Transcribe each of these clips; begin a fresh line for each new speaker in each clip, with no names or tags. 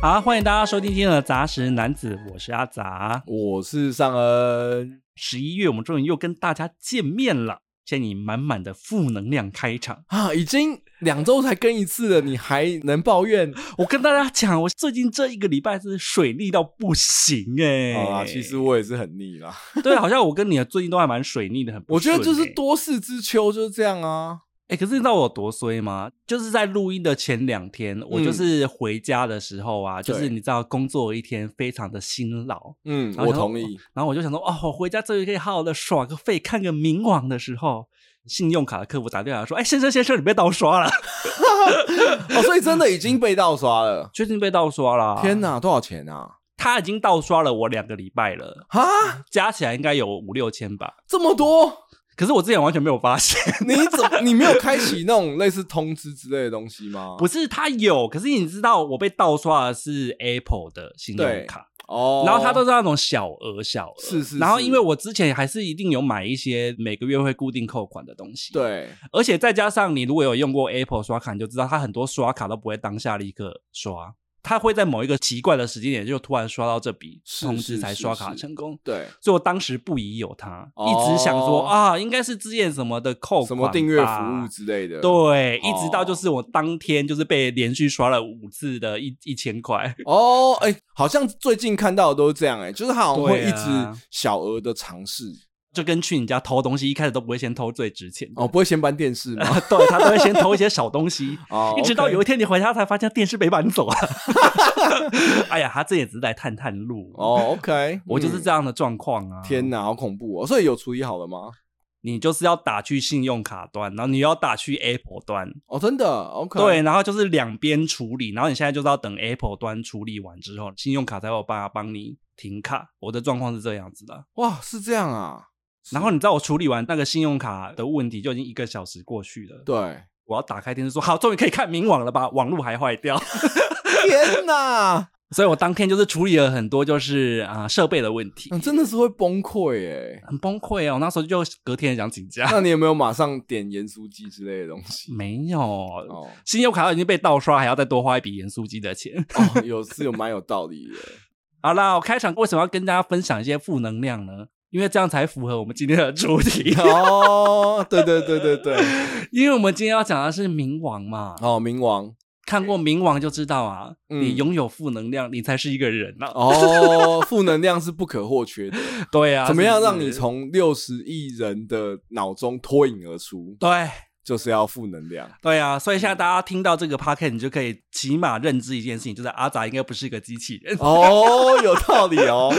好，欢迎大家收听今天的杂食男子，我是阿杂。
我是尚恩，
十一月我们终于又跟大家见面了，现在你满满的负能量开场。
啊，已经两周才更一
哎
次了，你还能抱怨？
我跟大家讲，我最近这一个礼拜是水逆到不行哎、
好啦，其实我也是很腻啦。
对，好像我跟你的最近都还蛮水逆的，很不
我觉得
顺
就是
欸
多事之秋就是这样啊。
哎、可是你知道我有多衰吗？就是在录音的前两天，我就是回家的时候啊，就是
嗯对
你知道工作了一天非常的辛劳，
嗯，
好
我
像
同意。
然后我就想说，哦，我回家终于可以好好的耍个废，看个冥王的时候，信用卡的客服打电话来说，哎、先生先生，你被盗刷了，
哦，所以真的已经被盗刷了。
最近被盗刷了，
天！哪，多少钱啊？
他已经盗刷了我两个礼拜了，
啊，
加起来应该有五六千吧。
这么多？
可是我之前完全没有发现，
你怎么你没有开启那种类 似通知之类的东西吗？
不是他有，可是你知道我被盗刷的是 Apple 的信用
对
卡，
哦，
然后它都是那种小额小额，
是是
然后
是
因为我之前还是一定有买一些每个月会固定扣款的东西，。
对
而且再加上你如果有用过 Apple 刷卡，你就知道它很多刷卡都不会当下立刻刷，它会在某一个奇怪的时间点就突然刷到这笔
是
通
是
知才
是
刷卡
是
成功。
对，
所以我当时不疑有他，
哦
一直想说啊，应该是之前什么的扣款吧
什么订阅服务。之类的。
对，一
哦
直到就是我当天就是被连续刷了五次的一一千块，
哦，哎、好像最近看到的都是这样、哎，就是他好像会
对
一
啊
直小额的尝试，
就跟去你家偷东西，一开始都不会先偷最值钱的
哦，，不会先搬电视吗？
对他都会先偷一些小东西，
哦，
一直到
OK
有一天你回家才发现电视被搬走了。啊 哎呀，他这也只是来探探路。
哦，OK，
我就是这
样。
样的状况啊！
天
哪，
哪，好恐怖哦！所以有处理好了吗？
你就是要打去信用卡端，然后你又要打去 Apple 端，
哦，真的，OK，
对，然后就是两边处理，然后你现在就是要等 Apple 端处理完之后，信用卡才有办法帮你停卡。我的状况是这样子的。
哇，是这样啊。
然后你知道我处理完那个信用卡的问题，就已经一个小时过去了。
对，
我要打开电视说好，终于可以看明网了吧？网络还坏掉，
天哪，
所以我当天就是处理了很多就是啊、设备的问题，
嗯真的是会崩溃哎。
很崩溃哦。那时候就隔天想请假，
那你有没有马上点盐酥鸡之类的东西？
没有。
哦，
信用卡都已经被盗刷，还要再多花一笔盐酥鸡的钱。
哦，有是有蛮有道理的。。
好啦，我开场为什么要跟大家分享一些负能量呢？因为这样才符合我们今天的主题
哦，对对对对对，
因为我们今天要讲的是冥王嘛，
哦，冥王，
看过冥王就知道啊，
嗯
你拥有负能量，你才是一个人啊。
哦，负能量是不可或缺的。
对啊，
怎么
是
样
不
让
是
你从六十亿人的脑中脱颖而出？
对
就是要负能量。
对啊，所以现在大家听到这个 p o c k e t 你就可以起码认知一件事情，就是阿杂应该不是一个机器人。
哦，有道理哦。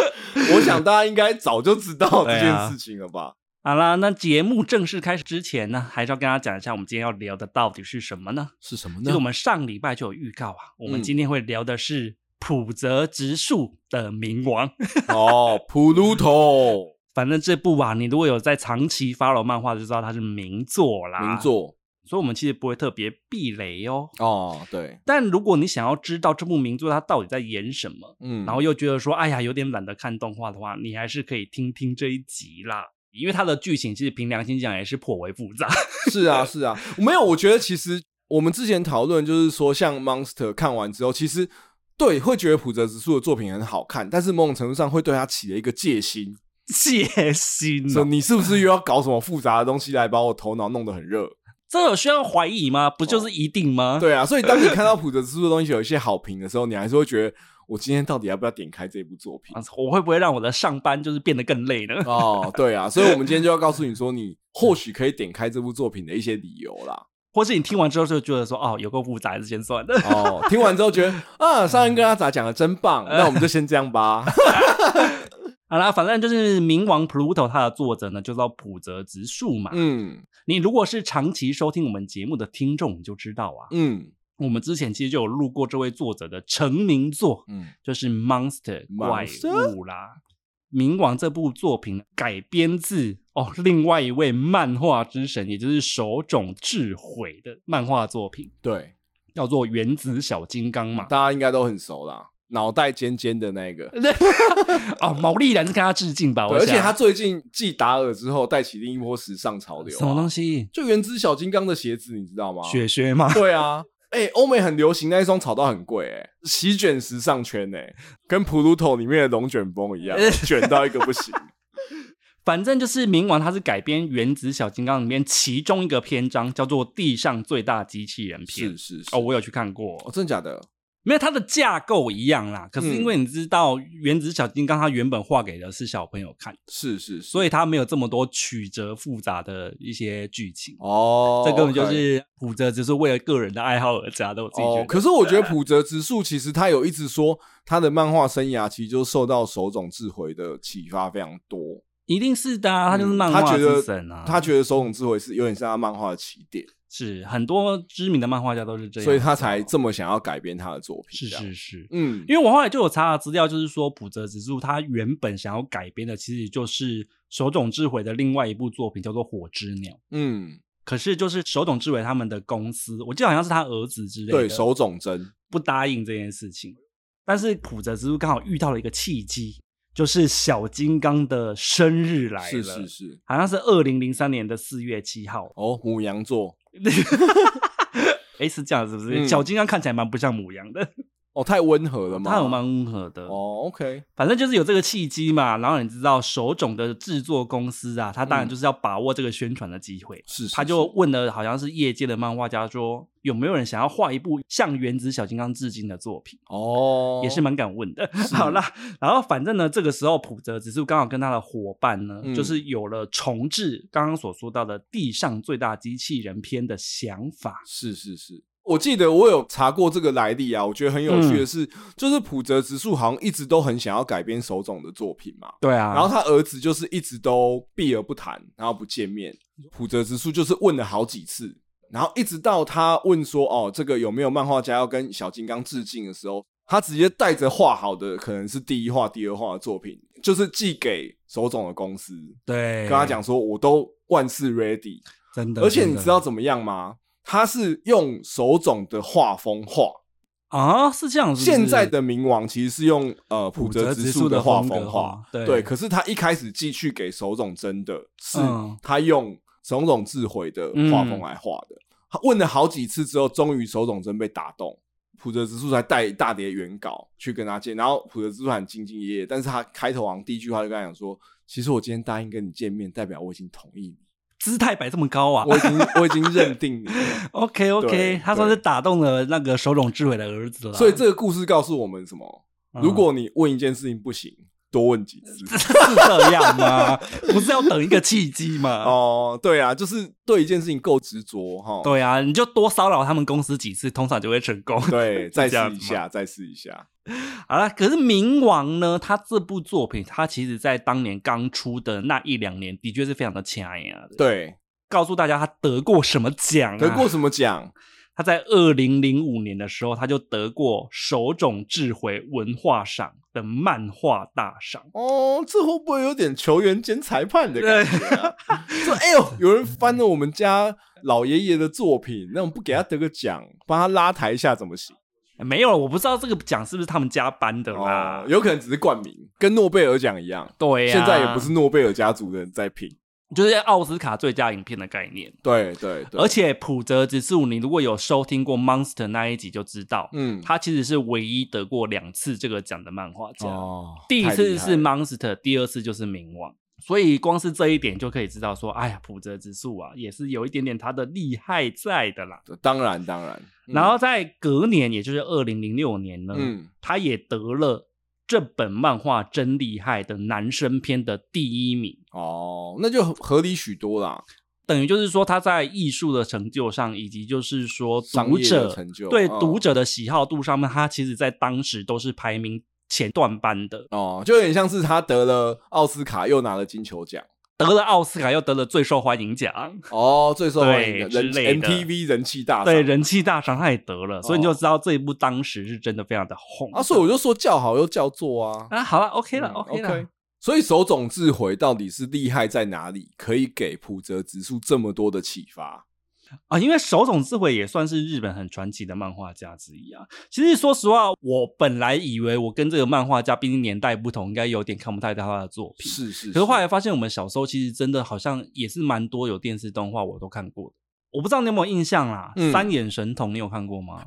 我想大家应该早就知道这件事情了吧？
好啦，那节目正式开始之前呢，还是要跟大家讲一下我们今天要聊的到底是什么呢？
是什么
就是我们上礼拜就有预告啊，我们
嗯
今天会聊的是普泽直树的《冥王》。
哦，普鲁头
反正这部啊，你如果有在长期 follow 漫画，就知道它是名作啦。
名，作
所以我们其实不会特别避雷哦。
哦，对，
但如果你想要知道这部名作它到底在演什么，
嗯，
然后又觉得说哎呀有点懒得看动画的话，你还是可以听听这一集啦，因为它的剧情其实凭良心讲也是颇为复杂。
是啊，是啊，没有，我觉得其实我们之前讨论就是说，像 Monster 看完之后，其实对会觉得普泽直树的作品很好看，但是某种程度上会对他起了一个戒心，
谢心、
说
哦，
你是不是又要搞什么复杂的东西来把我头脑弄得很热？
这有需要怀疑吗？不就是一定吗？
对啊，所以当你看到普泽之树的东西有一些好评的时候，你还是会觉得，我今天到底要不要点开这部作品
啊？我会不会让我的上班就是变得更累 呢？
哦，对啊，所以我们今天就要告诉你说，你或许可以点开这部作品的一些理由啦。
或是你听完之后就觉得说，哦，有够复杂，还是先算了。
哦，听完之后觉得啊，上恩跟阿杂讲的真棒，那我们就先这样吧。
好啦，反正就是《冥王 Pluto》它的作者呢，就叫浦泽直树嘛。
嗯
你如果是长期收听我们节目的听众，你就知道啊，
嗯
我们之前其实就有录过这位作者的成名作，
嗯，
就是《Monster》怪
Monster？
物啦。冥王这部作品改编自哦，另外一位漫画之神，也就是手冢治毁的漫画作品，
对，
叫做《原子小金刚》嘛。
大家应该都很熟啦，脑袋尖尖的那个。
哦，毛利兰是跟他致敬吧？
对
我
而
想
且他最近继达尔之后，带起另一波时尚潮流、啊
什么东
西？
西？
就原子小金刚的鞋子，你知道吗？
雪靴吗？
对啊，哎、欧美很流行那一双，炒到很贵哎、席卷时尚圈哎、跟普鲁托里面的龙卷 风一样，卷到一个不行。
反正就是冥王，它是改编《原子小金刚》里面其中一个篇章，叫做《地上最大机器人》篇
是。是是
哦，我有去看过，
哦，真的假的？
没有它的架构一样啦。可是
嗯
因为你知道，《原子小金刚》它原本画给的是小朋友看，
是是是，
所以它没有这么多曲折复杂的一些剧情。
哦，
这根本就
OK
是普泽只是为了个人的爱好而加的，我自己觉
哦
得。。啊
可是我觉得普泽直树其实他有一直说他的漫画生涯其实就受到手冢治回的启发非常多。
一定是的啊，他就是
嗯
漫画
他觉
之
得
神啊，
他觉得手冢治回是有点像他漫画的起点，
是很多知名的漫画家都是这样，
所以他才这么想要改编他的作
啊
品。
是
这样
是，是。
嗯，
因为我后来就有查了资料，就是说浦泽直树他原本想要改编的，其实就是手冢治回的另外一部作品，叫做《火之鸟》。
嗯，
可是就是手冢治回他们的公司，我记得好像是他儿子之类的，
对手冢真
不答应这件事情。但是浦泽直树刚好遇到了一个契机，就是小金刚的生日来了，
是是是，
好像是二零零三年的四月七号。
哦，母羊座，
哎，是这样是不是？
嗯
小金刚看起来蛮不像母羊的，
哦，太温和了嘛，
它很蛮温和的。
哦，OK，
反正就是有这个契机嘛，然后你知道手冢的制作公司啊，他当然
嗯
就是要把握这个宣传的机会，
是是
他就是问了好像是业界的漫画家说有没有人想要画一部向原子小金刚致敬的作品，
哦，
也是蛮敢问的。 好啦，然后反正呢，这个时候普泽只是刚好跟他的伙伴呢，
嗯
就是有了重置刚刚所说到的地上最大机器人篇的想法。
是是是，我记得我有查过这个来历啊，我觉得很有趣的
嗯
是，就是普泽直树好像一直都很想要改编手冢的作品嘛，
对啊，
然后他儿子就是一直都避而不谈，然后不见面。普泽直树就是问了好几次，然后一直到他问说哦，这个有没有漫画家要跟小金刚致敬的时候，他直接带着画好的可能是第一画、第二画的作品，就是寄给手冢的公司，
对
跟他讲说我都万事 ready，
真的，
而且你
真的
知道怎么样吗？他是用手冢的画风画，
啊，是这样是不是
现在的冥王其实是用呃
浦
普
泽
泽
直
直
树
树
的
的画
风格
风画
画，对
可是他一开始寄去给手冢真的是
嗯
他用手冢智慧的画风来画的。他问了好几次之后，终于手冢真被打动，普泽直树才带一大叠原稿去跟他见。然后普泽直树很兢兢业业，但是他开头好像第一句话就跟他讲说：“其实我今天答应跟你见面，代表我已经同意你，
姿态摆这么高啊
我 已经我已经认定你了。”
OK OK，
对
他算是打动了那个手冢治伟的儿子了。
所以这个故事告诉我们什么？
嗯
如果你问一件事情不行，多问几次。
是这样吗？ 不是要等一个契机吗？哦，
哦，对啊，就是对一件事情够执着哈。
对啊，你就多骚扰他们公司几次，通常就会成功。
对，再
这样
试一
子
下，再试一下。
好啦，可是冥王呢，他这部作品，他其实在当年刚出的那一两年，的确是非常的强呀。
对，
告诉大家，他得过什么奖、啊？
得过什么奖？
他在二零零五年的时候，他就得过手冢智慧文化赏的漫画大赏。
哦，这会不会有点球员兼裁判的感觉啊？说，哎呦，有人翻了我们家老爷爷的作品，那我们不给他得个奖，帮他拉抬一下怎么行？
没有，我不知道这个奖是不是他们加班的啦。
哦，有可能只是冠名，跟诺贝尔奖一样。
对呀、
现在也不是，诺贝尔家族的人在评。
就是奥斯卡最佳影片的概念。
对对对，
而且普泽直树，你如果有收听过《Monster》那一集就知道，
嗯，
他其实是唯一得过两次这个奖的漫画家。
哦，
第一
太厉
次
害
是
了
Monster，第二次就是冥王。所以光是这一点就可以知道说，哎呀，普泽直树啊，也是有一点点他的厉害在的啦。
当然当然，嗯
然后在隔年，也就是二零零六年呢，
嗯，
他也得了这本漫画真厉害的男生篇的第一名，
哦，那就合合理许多啦，
等于就是说他在艺术的成就上，以及就是说
商
读
业
者
的成就
对
嗯
读者的喜好度上面，他其实在当时都是排名前段班的，
哦，就有点像是他得了奥斯卡，又拿了金球奖，
得了奥斯卡又得了最受欢迎奖，
哦，最受欢迎的
对
人
之类的
MTV 人气大赏哦
对人气大赏他也得了，所以你就知道这一部当时是真的非常的红
啊，所以我就说叫好又叫座啊
啊好了，OK 了、
嗯
OK 了。
OK 所以手冢治回到底是厉害在哪里，可以给普泽直树这么多的启发？
啊，因为手冢治慧也算是日本很传奇的漫画家之一啊。其实说实话，我本来以为我跟这个漫画家毕竟年代不同，应该有点看不太到他的作品。
是是，
可是后来发现，我们小时候其实真的好像也是蛮多有电视动画我都看过的。我不知道你有没有印象啦，
嗯
三眼神童》你有看过吗？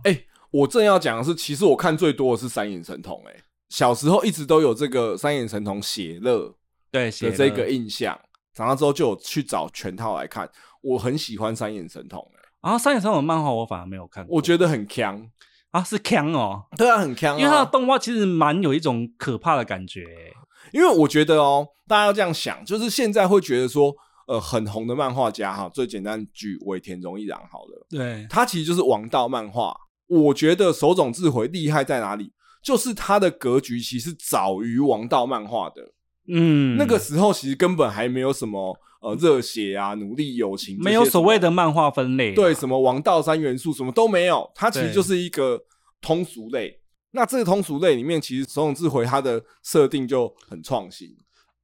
我正要讲的是，其实我看最多的是三眼神童、欸，小时候一直都有这个三眼神童写乐
对，写
的
了
这个印象，长大之后就有去找全套来看。我很喜欢三眼神童、欸，
然后三眼神童》的漫画我反而没有看过，
我觉得很强，
啊是强哦，
对啊，很强、
因为它的动画其实蛮有一种可怕的感觉、欸
因为我觉得哦，大家要这样想，就是现在会觉得说，呃，很红的漫画家哈，最简单举尾田荣一郎好了，
对，
他其实就是王道漫画。我觉得手冢治回厉害在哪里，就是他的格局其实早于王道漫画的。
嗯，
那个时候其实根本还没有什么呃热血啊、努力、友情这些什么，
没有所谓的漫画分类啦，
对什么王道三元素什么都没有，它其实
对
就是一个通俗类。那这个通俗类里面，其实手冢治回他的设定就很创新。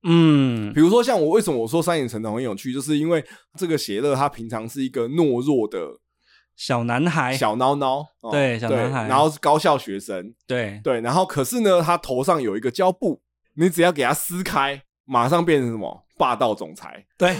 嗯
比如说，像我为什么我说三眼神童很有趣，就是因为这个邪乐他平常是一个懦弱的
小男孩，
小孬孬，
哎
哦
对小男孩
然后是高校学生，
对
对，然后可是呢，他头上有一个胶布，你只要给他撕开，马上变成什么霸道总裁。
对，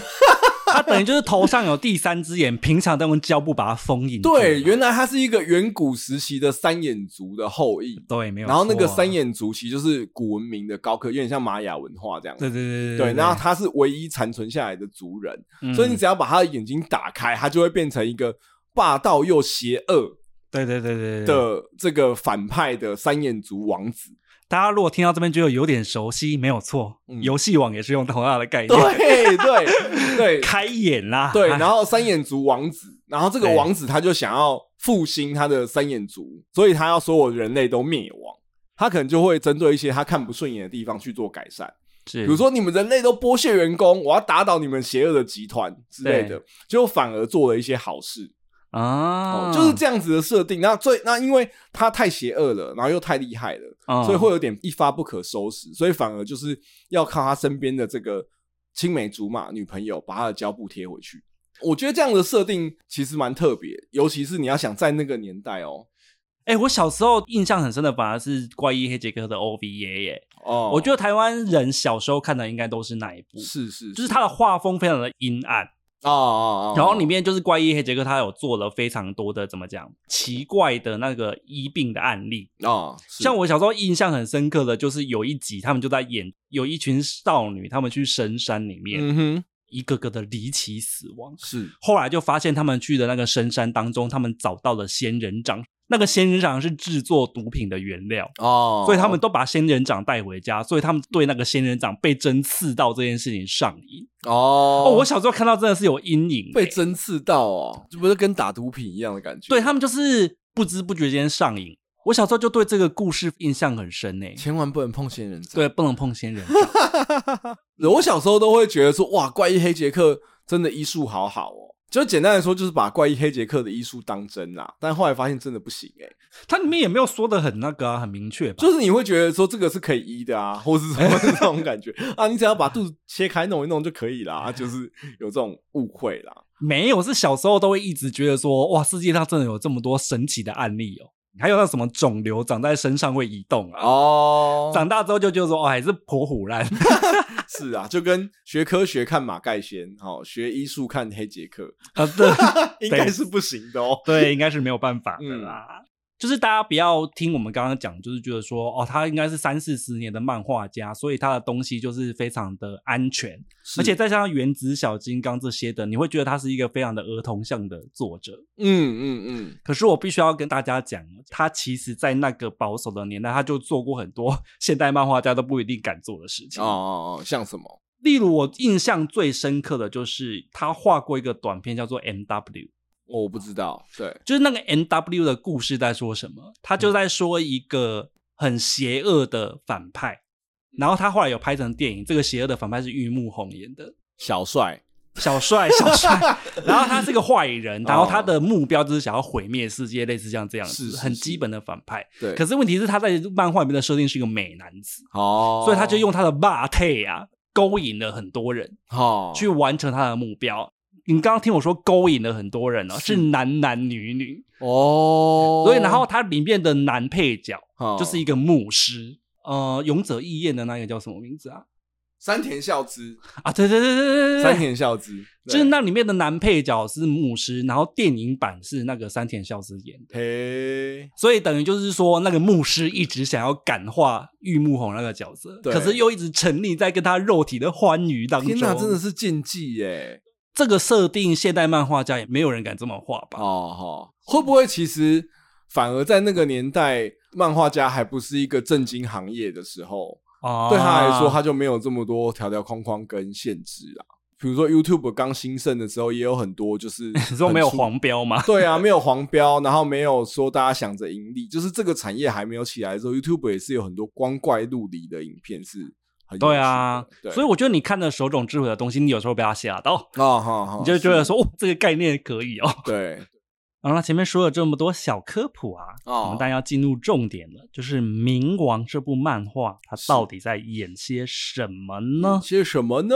他等于就是头上有第三只眼，平常都用胶布把它封印住嘛。
对，原来他是一个远古时期的三眼族的后裔，
对没有错啊、
然后那个三眼族其实就是古文明的高科，有点像玛雅文化这样。
对，对对对，
对，然后他是唯一残存下来的族人，
嗯
所以你只要把他的眼睛打开，他就会变成一个霸道又邪恶
对对对对对，
的这个反派的三眼族王子。
大家如果听到这边觉得有点熟悉，没有错
嗯，
游戏网也是用同样的概念，
对对 对
开眼啦，
对，
哎
然后三眼族王子，然后这个
对
王子他就想要复兴他的三眼族，所以他要所有人类都灭亡。他可能就会针对一些他看不顺眼的地方去做改善，
比
比如说你们人类都剥削员工，我要打倒你们邪恶的集团之类的，结果反而做了一些好事。
啊、
哦，就是这样子的设定。那最那因为他太邪恶了，然后又太厉害了，
样
所以会有点一发不可收拾，所以反而就是要靠他身边的这个青梅竹马女朋友把他的胶布贴回去。我觉得这样的设定其实蛮特别，尤其是你要想在那个年代哦，
哎、我小时候印象很深的反而是《怪医黑杰克》的 OVA 耶，
哦，
我觉得台湾人小时候看的应该都是那一部，
是是，
就是它的画风非常的阴暗。
哦哦哦，
然后里面就是怪医黑杰克，他有做了非常多的怎么讲奇怪的那个医病的案例。
哦，是
像我小时候印象很深刻的就是有一集，他们就在演有一群少女，他们去深山里面，
嗯哼
一个个的离奇死亡。
是
后来就发现他们去的那个深山当中，他们找到了仙人掌，那个仙人掌是制作毒品的原料。
哦，
所以他们都把仙人掌带回家，所以他们对那个仙人掌被针刺到这件事情上瘾。
哦
哦，我小时候看到真的是有阴影、
被
欸
针刺到哦，这不是跟打毒品一样的感觉？
对他们就是不知不觉间上瘾。我小时候就对这个故事印象很深诶、
千万不能碰仙人掌。
对，不能碰仙人掌。
我小时候都会觉得说，哇，怪医黑杰克真的医术好好哦。就简单来说，就是把怪医黑杰克的医术当真啦。但后来发现真的不行哎、
它里面也没有说的很那个啊，很明确吧？
就是你会觉得说这个是可以医的啊，或是什 么这种感觉啊，你只要把肚子切开弄一弄就可以啦，啊就是有这种误会啦。
没有，是小时候都会一直觉得说，哇，世界上真的有这么多神奇的案例哦。还有那什么肿瘤长在身上会移动啊，
哦
长大之后就觉得说，哦，还是破虎 烂。
是啊，就跟学科学看马盖先，哦，学医术看黑杰克，
啊，对，
应该是不行的哦。
对，应该是没有办法的啦。
嗯
就是大家不要听我们刚刚讲，就是觉得说哦，他应该是三四十年的漫画家，所以他的东西就是非常的安全，而且再加上原子小金刚这些的，你会觉得他是一个非常的儿童向的作者。
嗯嗯嗯，
可是我必须要跟大家讲，他其实，在那个保守的年代，他就做过很多 现代漫画家都不一定敢做的事情。
哦哦哦，像什么？
例如，我印象最深刻的就是他画过一个短片，叫做《M W》。
我不知道，对，
就是那个 N W 的故事在说什么？他就在说一个很邪恶的反派，然后他后来有拍成电影，这个邪恶的反派是玉木宏演的。
小帅，
小 帅，小帅，然后他是个坏人，
哦
然后他的目标就是想要毁灭世界，类似像这样
是
子，
是
很
是
基本的反派。
对，
可是问题是他在漫画里面的设定是一个美男子，
哦，
所以他就用他的霸退啊勾引了很多人
哦
去完成他的目标。你刚刚听我说勾引了很多人哦，
是
是男男女女，
哦，
所以然后它里面的男配角
哦
就是一个牧师，呃，勇者义彦的那个叫什么名字啊？
山田孝之，
啊，对对对对对对，
山田孝之，
就是
对
那里面的男配角是牧师，然后电影版是那个山田孝之演的，
嘿，
所以等于就是说，那个牧师一直想要感化玉木宏那个角色，
对
可是又一直沉溺在跟他肉体的欢愉当中。
天哪，真的是禁忌耶！
这个设定，现代漫画家也没有人敢这么画吧？
哦好，会不会其实反而在那个年代，漫画家还不是一个正经行业的时候，
哦
对他来说，他就没有这么多条条框框跟限制啊。比如说 YouTube 刚兴盛的时候，也有很多就是
你说没有
很粗
黄标吗？
对啊，没有黄标，然后没有说大家想着盈利，就是这个产业还没有起来的时候，YouTube 也是有很多光怪陆离的影片是很有趣的
对啊，
对，
所以我觉得你看的手冢治慧的东西，你有时候被他吓到，
啊哈哈，
你就觉得
是
说哦，这个概念可以哦。
对
然后他前面说了这么多小科普啊，我
哦
们当然要进入重点了，就是《冥王》这部漫画，它到底在演些什么呢？
些什么呢？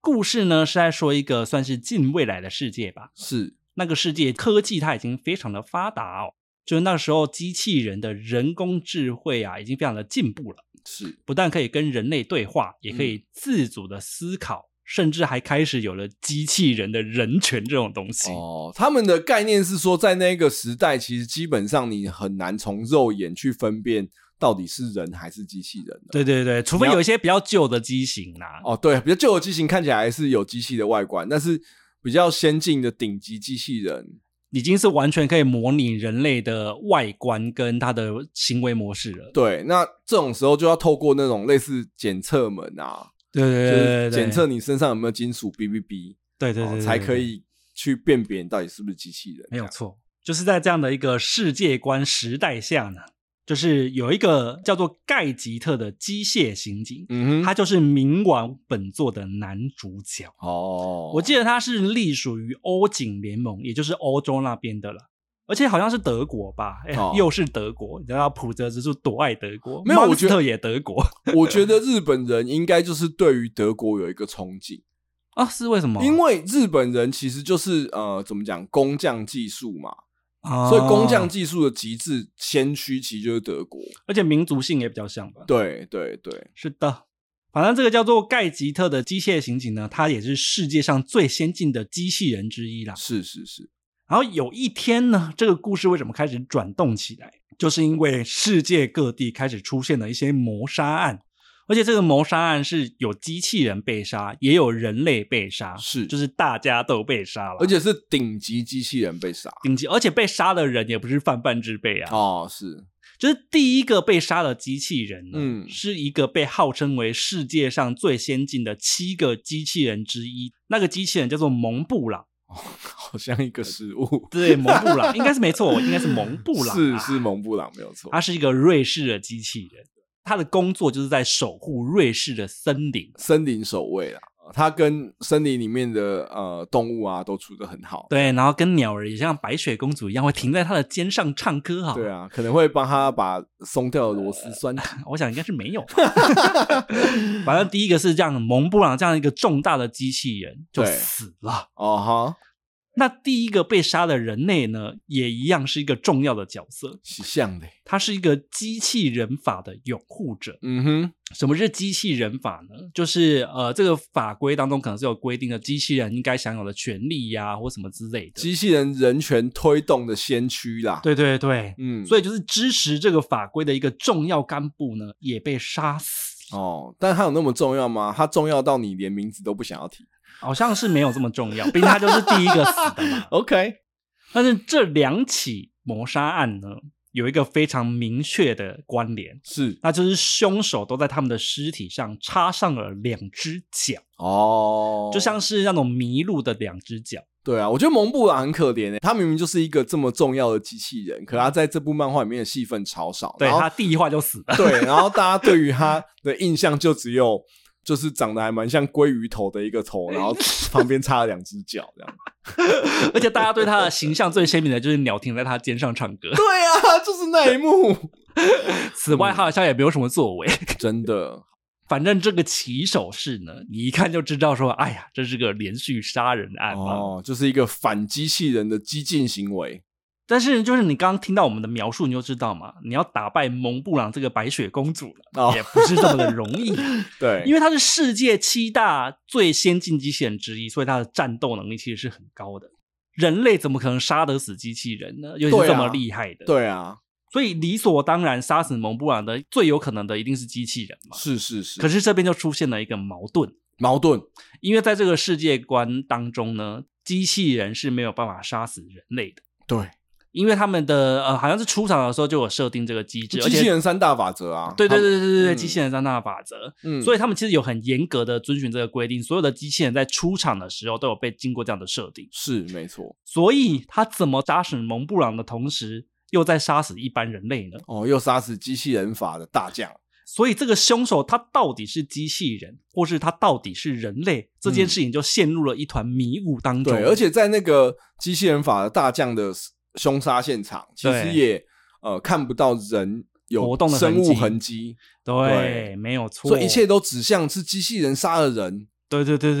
故事呢是在说一个算是近未来的世界吧，
是
那个世界科技它已经非常的发达哦，就是那时候机器人的人工智慧啊，已经非常的进步了，
是
不但可以跟人类对话，也可以自主的思考，甚至还开始有了机器人的人权这种东西。
哦，他们的概念是说，在那个时代，其实基本上你很难从肉眼去分辨到底是人还是机器人了。
对对对，除非
你要
有一些比较旧的机型啦、
哦，对，比较旧的机型看起来还是有机器的外观，但是比较先进的顶级机器人，
已经是完全可以模拟人类的外观跟它的行为模式了。
对，那这种时候就要透过那种类似检测门啊，
对对
就
对对对，
是检测你身上有没有金属 B B B，
对对对
哦
对
才
对
可以去辨别你到底是不是机器人。
没有
这样
错，就是在这样的一个世界观时代下呢，就是有一个叫做盖吉特的机械刑警，
嗯哼，
他就是冥王本作的男主角。
哦，
我记得他是隶属于欧警联盟，也就是欧洲那边的了。而且好像是德国吧，哎、
哦
又是德国，你知道普泽之树多爱德国，
没有我觉得
特也德国
我觉得日本人应该就是对于德国有一个憧憬，
啊，是为什么？
因为日本人其实就是呃怎么讲工匠技术嘛，
啊
所以工匠，技术的极致先驱其实就是德国。
而且民族性也比较像吧。
对对对，
是的，反正这个叫做盖吉特的机械刑警呢，它也是世界上最先进的机器人之一啦。
是是是，
然后有一天呢，这个故事为什么开始转动起来，就是因为世界各地开始出现了一些谋杀案。而且这个谋杀案是有机器人被杀，也有人类被杀，
是
就是大家都被杀了，
而且是顶级机器人被杀。
顶级，而且被杀的人也不是泛泛之辈啊，
哦，是
就是第一个被杀的机器人呢，
嗯
是一个被号称为世界上最先进的七个机器人之一。那个机器人叫做蒙布 朗，
好像一个食物。
对，蒙布朗应该是没错，应该是蒙布朗、
是是，蒙布朗没有错
它，是一个瑞士的机器人，它的工作就是在守护瑞士的森林。
森林守卫啦，它跟森林里面的呃动物啊都处得很好。
对，然后跟鸟儿也像白雪公主一样，会停在它的肩上唱歌啊。呃
对，啊，可能会帮它把松掉的螺丝拴紧。
我想应该是没 有吧。反正第一个是这样，蒙布朗这样一个重大的机器人就
对
死了。
哦哈，
那第一个被杀的人类呢，也一样是一个重要的角色，
是像的。
他是一个机器人法的拥护者。
嗯哼，
什么是机器人法呢？就是呃，这个法规当中可能是有规定的，机器人应该享有的权利呀、或什么之类的。
机器人人权推动的先驱啦。，
对对对，
嗯，
所
以
以就是支持这个法规的一个重要干部呢，也被杀死。
哦，但它有那么重要吗？它重要到你连名字都不想要提。
好像是没有这么重要，毕竟他就是第一个死的嘛。
OK，
但是这两起谋杀案呢，有一个非常明确的关联，
是
那就是凶手都在他们的尸体上插上了两只脚，
哦，
就像是那种麋鹿的两只脚。
对啊，我觉得蒙布朗很可怜诶、欸他明明就是一个这么重要的机器人，可他在这部漫画里面的戏份超少。
对
哦然后
他第一话就 死了，
对，然后大家对于他的印象就只有就是长得还蛮像鲑鱼头的一个头， 然后旁边插了两只脚这样。
而且大家对他的形象最鲜明的就是鸟停在他肩上唱 歌。
对啊，就是那一幕，
此
嗯
外，他好像也没有什么作为。
真的
反正这个起手式呢，你一看就知道说，哎呀，
哦
这是个连续杀人案嘛。
哦，就是一个反机器人的激进行为。
但是就是你刚刚听到我们的描述，你就知道嘛，你要打败蒙布朗这个白雪公主了，
哦
也不是这么的容易，啊
对，
因为它是世界七大最先进机器人之一，所以它的战斗能力其实是很高的。人类怎么可能杀得死机器人呢？尤其是
对啊
这么厉害的，
对啊，
所以理所当然杀死蒙布朗的最有可能的一定是机器人嘛。
是是是，
可是这边就出现了一个矛盾，
矛盾
因为在这个世界观当中呢，机器人是没有办法杀死人类的，
对
因为他们的呃好像是出场的时候就有设定这个机制，而
机
且
器人三大法则啊，
对对对对对对，
嗯
机器人三大法则，
他们，嗯，
所
以
以他们其实有很严格的遵循这个规定，所有的机器人在出场的时候都有被经过这样的设定，
是没错，
所以他怎么杀死蒙布朗的同时，又在杀死一般人类呢？
哦，又杀死机器人法的大将，
所以这个凶手他到底是机器人，或是他到底是人类，这件事情就陷入了一团迷雾当中。
嗯对，而且在那个机器人法的大将的凶杀现场，其实
对
也呃看不到人有
活动的痕
生物
迹
痕迹，
对，没有错，
所以一切都指向是机器人杀了人，
对对对对对对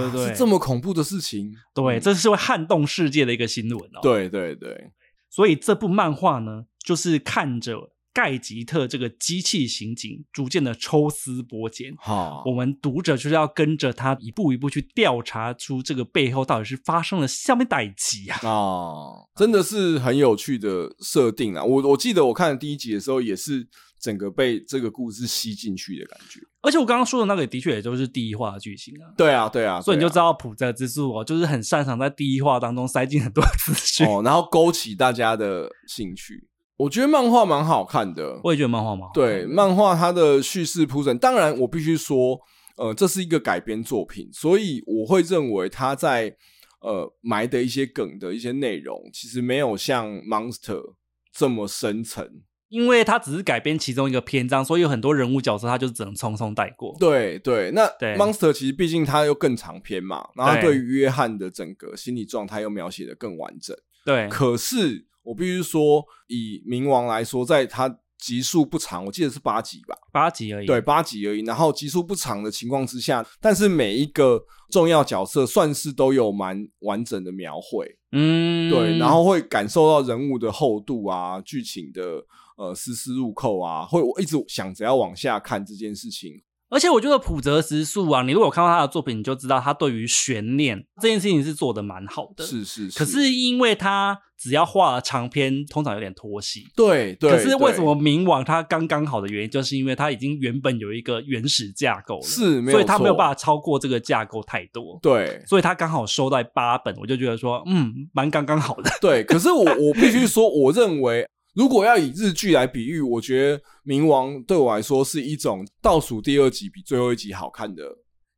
对
啊
对，
是这么恐怖的事情。
对，这是会撼动世界的一个新闻哦。，
对对对，
所以这部漫画呢，就是看着盖吉特这个机器刑警逐渐的抽丝剥茧。
哈
我，们读者就是要跟着他一步一步去调查出这个背后到底是发生了下面代际啊！
啊，真的是很有趣的设定啊！我我记得我看第一集的时候，也是整个被这个故事吸进去的感觉。
而且我刚刚说的那个，的确也就是第一话的剧情啊。
对啊，对啊，
所以你就
对啊
知道普泽之树哦，就是很擅长在第一话当中塞进很多资讯。
哦，然后勾起大家的兴趣。我觉得漫画蛮好看 的，
我也觉得漫画蛮好看嗯的
对，漫画它的叙事铺陈，当然我必须说，呃，这是一个改编作品，所以我会认为它在呃埋的一些梗的一些内容，其实没有像 Monster 这么深层。
因为它只是改编其中一个篇章，所以有很多人物角色它就只能匆匆带过。
对对，那
对
Monster 其实毕竟它又更长篇嘛，然后它
对
对于约翰的整个心理状态又描写的更完整。
对
可是我必须说，以冥王来说，在它集数不长，我记得是八集吧。
八集而已。
对，八集而已。然后集数不长的情况之下，但是每一个重要角色算是都有蛮完整的描绘，
嗯，
对，然后会感受到人物的厚度啊，剧情的呃丝丝入扣啊，会我一直想着要往下看这件事情。
而且我觉得普泽直树啊，你如果有看到他的作品，你就知道他对于悬念这件事情是做的蛮好的。，
是是是，
可是因为他只要画了长篇，通常有点拖戏。
对对，
可是为
对
什么冥王它刚刚好的原因，就是因为它已经原本有一个原始架构了，
是没有
所以它没有
错
办法超过这个架构太多，
对
所以它刚好收在八本，我就觉得说，嗯，蛮刚刚好的。
对，可是我我必须说，我认为如果要以日剧来比喻，我觉得《冥王》对我来说是一种倒数第二集比最后一集好看的。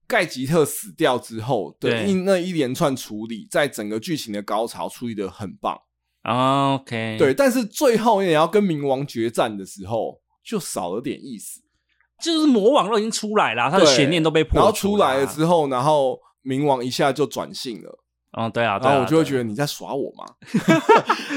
盖吉特死掉之后的
对
一那一连串处理，在整个剧情的高潮处理的很棒，
OK，
对。，但是最后你要跟冥王决战的时候，就少了点意思。
就是魔王都已经出来了，它啊的
对
悬念都被破除啊
然后出来了
后，
之后，然后冥王一下就转性了。
嗯，对啊，对
然
啊，
后我就会
得
觉得你在耍我 嘛。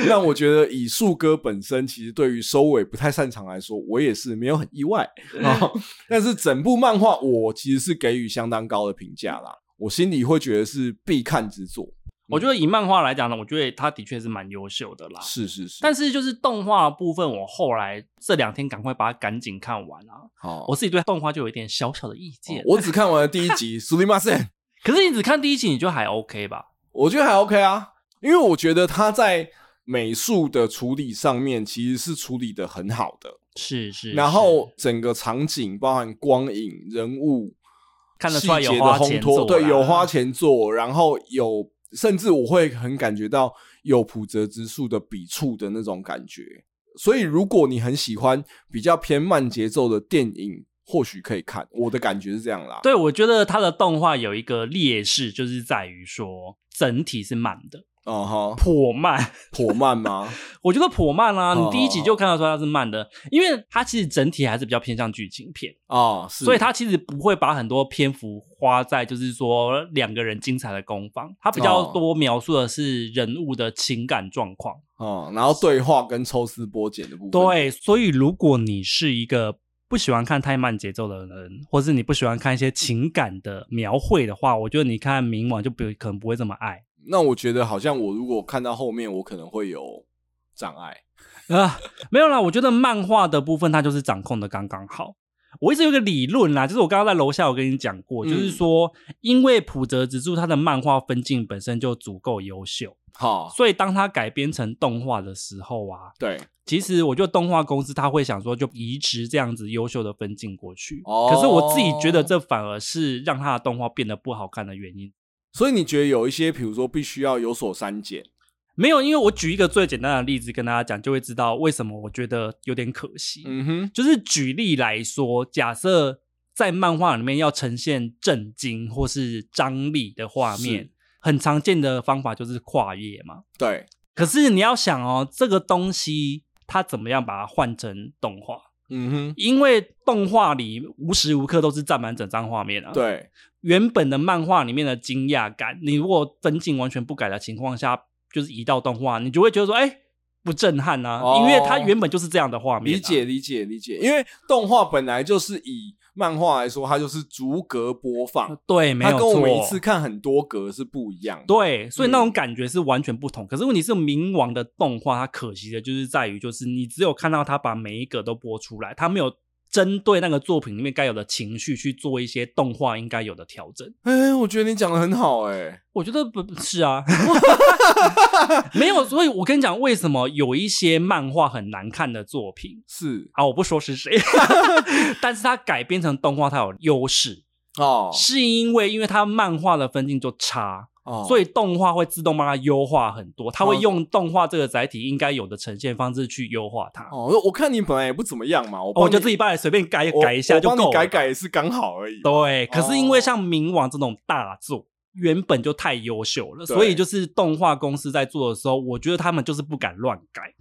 那我觉得以树哥本身其实对于收尾不太擅长来说，我也是没有很意外。然后，但是整部漫画我其实是给予相当高的评价啦，我心里会觉得是必看之作。
我觉得以漫画来讲呢，我觉得它的确是蛮优秀的啦。
嗯是是是，
但是就是动画部分，我后来这两天赶快把它赶紧看完啊。
好，
我自己对动画就有一点小小的意见。
哦我只看完了第一 集《苏利马森》，
可是你只看第一集，你就还 OK 吧？
我觉得还 OK 啊，因为我觉得他在美术的处理上面其实是处理的很好的，
是是，
然后整个场景包含光影、人物。
看得出来有
细节的
花
烘
钱
托，
做，
对，有花。钱做，然后有甚至我会很感觉到有普泽之树的笔触的那种感觉。所以，如果你很喜欢比较偏慢节奏的电影，或许可以看。我的感觉是这样啦。
对，我觉得它的动画有一个劣势，就是在于说整体是慢的，
嗯哼，
颇慢。
颇慢吗？
我觉得颇慢啊，
哦
你第一集就看得出来它是慢的，因为它其实整体还是比较偏向剧情片，
啊，是。
所以它其实不会把很多篇幅花在就是说两个人精彩的攻防，它比较
哦
多描述的是人物的情感状况。
哦、然后对话跟抽丝剥茧的部分。，
对，所以如果你是一个不喜欢看太慢节奏的人，或是你不喜欢看一些情感的描绘的话，我觉得你看《冥王》就不可能不会这么爱。
那我觉得好像我如果看到后面，我可能会有障碍。
啊，没有啦，我觉得漫画的部分它就是掌控的刚刚好。我一直有个理论啦，就是我刚刚在楼下有跟你讲过，
嗯
就是说，因为浦泽直树他的漫画分镜本身就足够优秀，
好，
所以当他改编成动画的时候啊，
对，
其实我觉得动画公司他会想说就移植这样子优秀的分镜过去。
哦
可是我自己觉得这反而是让他的动画变得不好看的原因。
所以你觉得有一些，比如说必须要有所删减，
没有，因为我举一个最简单的例子跟大家讲，就会知道为什么我觉得有点可惜。
嗯哼，
就是举例来说，假设在漫画里面要呈现震惊或是张力的画面
是，
很常见的方法就是跨页嘛。
对，
可是你要想哦，这个东西它怎么样把它换成动画？
嗯
因为动画里无时无刻都是占满整张画面啊。
哼，，对，
原本的漫画里面的惊讶感，你如果分镜完全不改的情况下，就是移到动画，你就会觉得说，哎、不震撼啊，
哦
因为它原本就是这样的画面、啊
理解，。理解，理解。因为动画本来就是以漫画来说，它就是逐格播放，
对，呃没有
它
错。
跟我们一次看很多格是不一样的。
对，所以那种感觉是完全不同。可是问题是，冥王的动画它可惜的就是在于，就是你只有看到它把每一个都播出来，它没有针对那个作品里面该有的情绪去做一些动画应该有的调整。
哎、我觉得你讲的很好、哎，
我觉得不不是啊，没有。所以我跟你讲，为什么有一些漫画很难看的作品
是
啊，我不说是谁，但是它改编成动画，它有优势，
哦
是因为因为它漫画的分镜就差。
哦，
所
以
以动画会自动帮它优化很多，它会用动画这个载体应该有的呈现方式去优化它。哦
哦，我看你本来也不怎么样嘛，我帮
我就
你
自己帮你随便改
我
改一下就
我帮
够
你
了。
改改也是刚好而已。
对，可是因为
哦
像《冥王》这种大作。原本就太优秀了，
对
所以就是动画公司在做的时候，我觉得他们就是不敢乱改，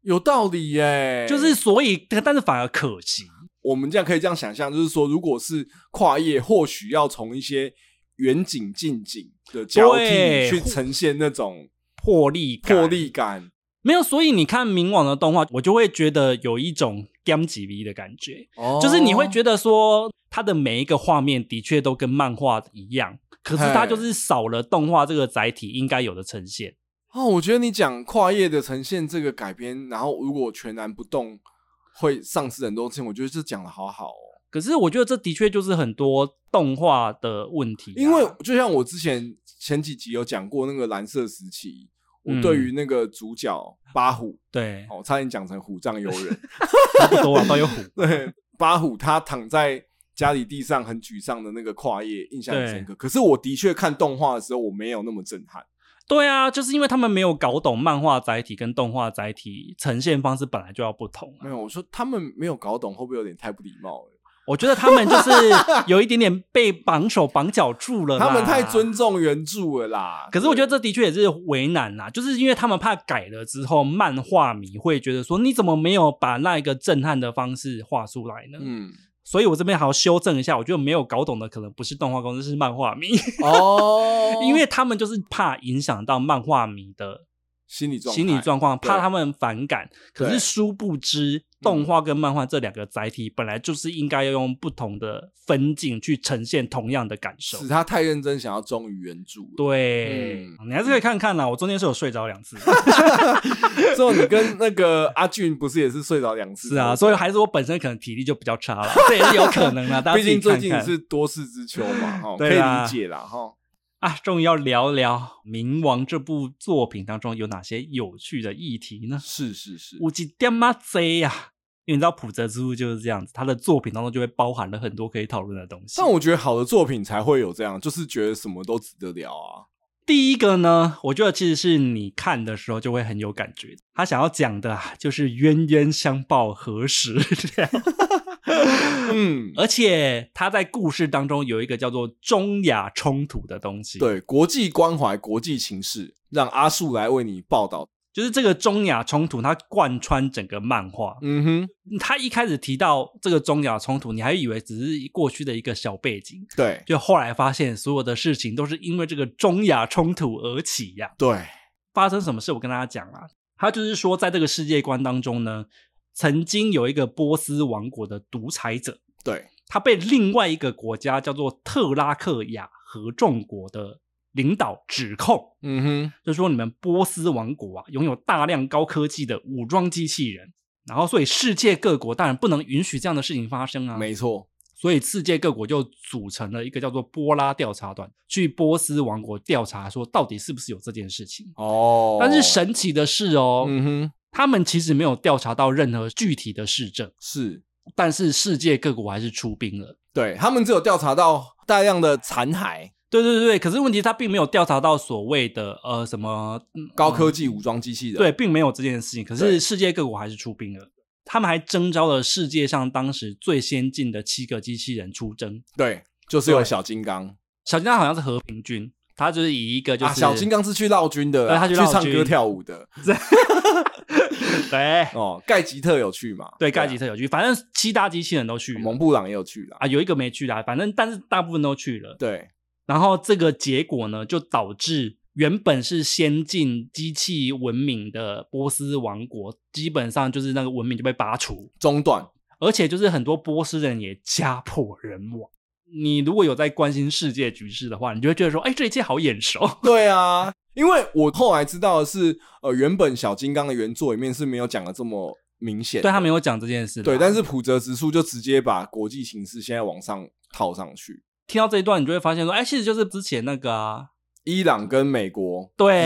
有道理耶、
就是所以，但是反而可惜。
我们这样可以这样想象，就是说，如果是跨页，或许要从一些远景近景的交替
对
去呈现那种
魄力感
魄力感。
没有，所以你看冥王的动画，我就会觉得有一种 gam 几 V 的感觉，
哦
就是你会觉得说，它的每一个画面的确都跟漫画一样，可是它
嘿
就是少了动画这个载体应该有的呈现。
哦，我觉得你讲跨页的呈现这个改编，然后如果全然不动，会丧失很多事情。我觉得这讲的好好哦，
可是我觉得这的确就是很多动画的问题啊、
因为就像我之前前几集有讲过那个蓝色时期，我
嗯
对于那个主角八虎，
对
哦，差点讲成虎杖悠人，
差不多啊，都有 虎。
对，巴虎他躺在家里地上很沮丧的那个跨页，印象很深刻。可是我的确看动画的时候，我没有那么震撼。
对啊，就是因为他们没有搞懂漫画载体跟动画载体呈现方式本来就要不同啊
没。有，我说他们没有搞懂，会不会有点太不礼貌了？
我觉得他们就是有一点点被绑手绑脚住了啦，
他们太尊重原著了啦。
可是我觉得这的确也是为难啦，就是因为他们怕改了之后，漫画迷会觉得说你怎么没有把那一个震撼的方式画出来呢？
嗯，
所以我这边还要修正一下，我觉得没有搞懂的可能不是动画公司，是漫画迷，
哦
因为他们就是怕影响到漫画迷的
心理状
心理
态
状况，
对
怕他们反感。可
对嗯
是殊不知，动画跟漫画这两个载体本来就是应该要用不同的分镜去呈现同样的感受
使。他太认真，想要忠于原著了。
对，
嗯
你还是可以看看啦。我中间是有睡着两次。
之后你跟那个阿俊不是也是睡着两次？
是啊，所以还是我本身可能体力就比较差 了，这也是有可能啦。大家
毕
自己
竟最
看
近
看
也是多事之秋嘛，哈，可以
对啦
理解啦，哈。
啊，终于要聊聊《冥王》这部作品当中有哪些有趣的议题呢？
是是是，
有几点嘛贼呀！因为你知道普泽之路就是这样子，他的作品当中就会包含了很多可以讨论的东西
但。我觉得好的作品才会有这样，就是觉得什么都值得聊啊。
第一个呢，我觉得其实是你看的时候就会很有感觉。他想要讲的啊就是冤冤相报何时了，
嗯，
而且他在故事当中有一个叫做中亚冲突的东西。
对，国际关怀、国际情势，让阿树来为你报道。
就是这个中亚冲突，它贯穿整个漫画。
嗯哼，
他一开始提到这个中亚冲突，你还以为只是过去的一个小背景，
对
就后来发现所有的事情都是因为这个中亚冲突而起呀、
对，
发生什么事？我跟大家讲啦，他就是说，在这个世界观当中呢，曾经有一个波斯王国的独裁者，
对，
他被另外一个国家叫做特拉克亚合众国的领导指控，
嗯哼，
就说你们波斯王国啊，拥有大量高科技的武装机器人，然后所以世界各国当然不能允许这样的事情发生啊。
没错，
所以世界各国就组成了一个叫做波拉调查团，去波斯王国调查，说到底是不是有这件事情。
哦，
但是，神奇的是哦，
嗯哼，
他们其实没有调查到任何具体的事证，
是
但是世界各国还是出兵了。
对他们只有调查到大量的残骸、
对对对对，可是问题他并没有调查到所谓的呃什么嗯
高科技武装机器人，
对，并没有这件事情。可
对
是世界各国还是出兵了，他们还征召了世界上当时最先进的七个机器人出征。
对，就是有
对
小金刚
小金刚好像是和平军，他就是以一个就是、
啊，小金刚是去闹军的
对
啊，
他
去
去闹
唱歌
军
跳舞的
对
哦。盖吉特有去嘛？
对
哦啊
盖吉特有去，反正七大机器人都去了
蒙布朗也有去啦。
啊，有一个没去啦，反正但是大部分都去了。
对，
然后这个结果呢，就导致原本是先进机器文明的波斯王国，基本上就是那个文明就被拔除，
中断
而且就是很多波斯人也家破人亡。你如果有在关心世界局势的话，你就会觉得说，哎，这一切好眼熟。
对啊，因为我后来知道的是，呃，原本小金刚的原作里面是没有讲的这么明显，
对他啊没有讲这件事啦，
对，但是普泽直树就直接把国际形势现在往上套上去，
听到这一段，你就会发现说，哎，其实就是之前那个啊，
伊朗跟美国之间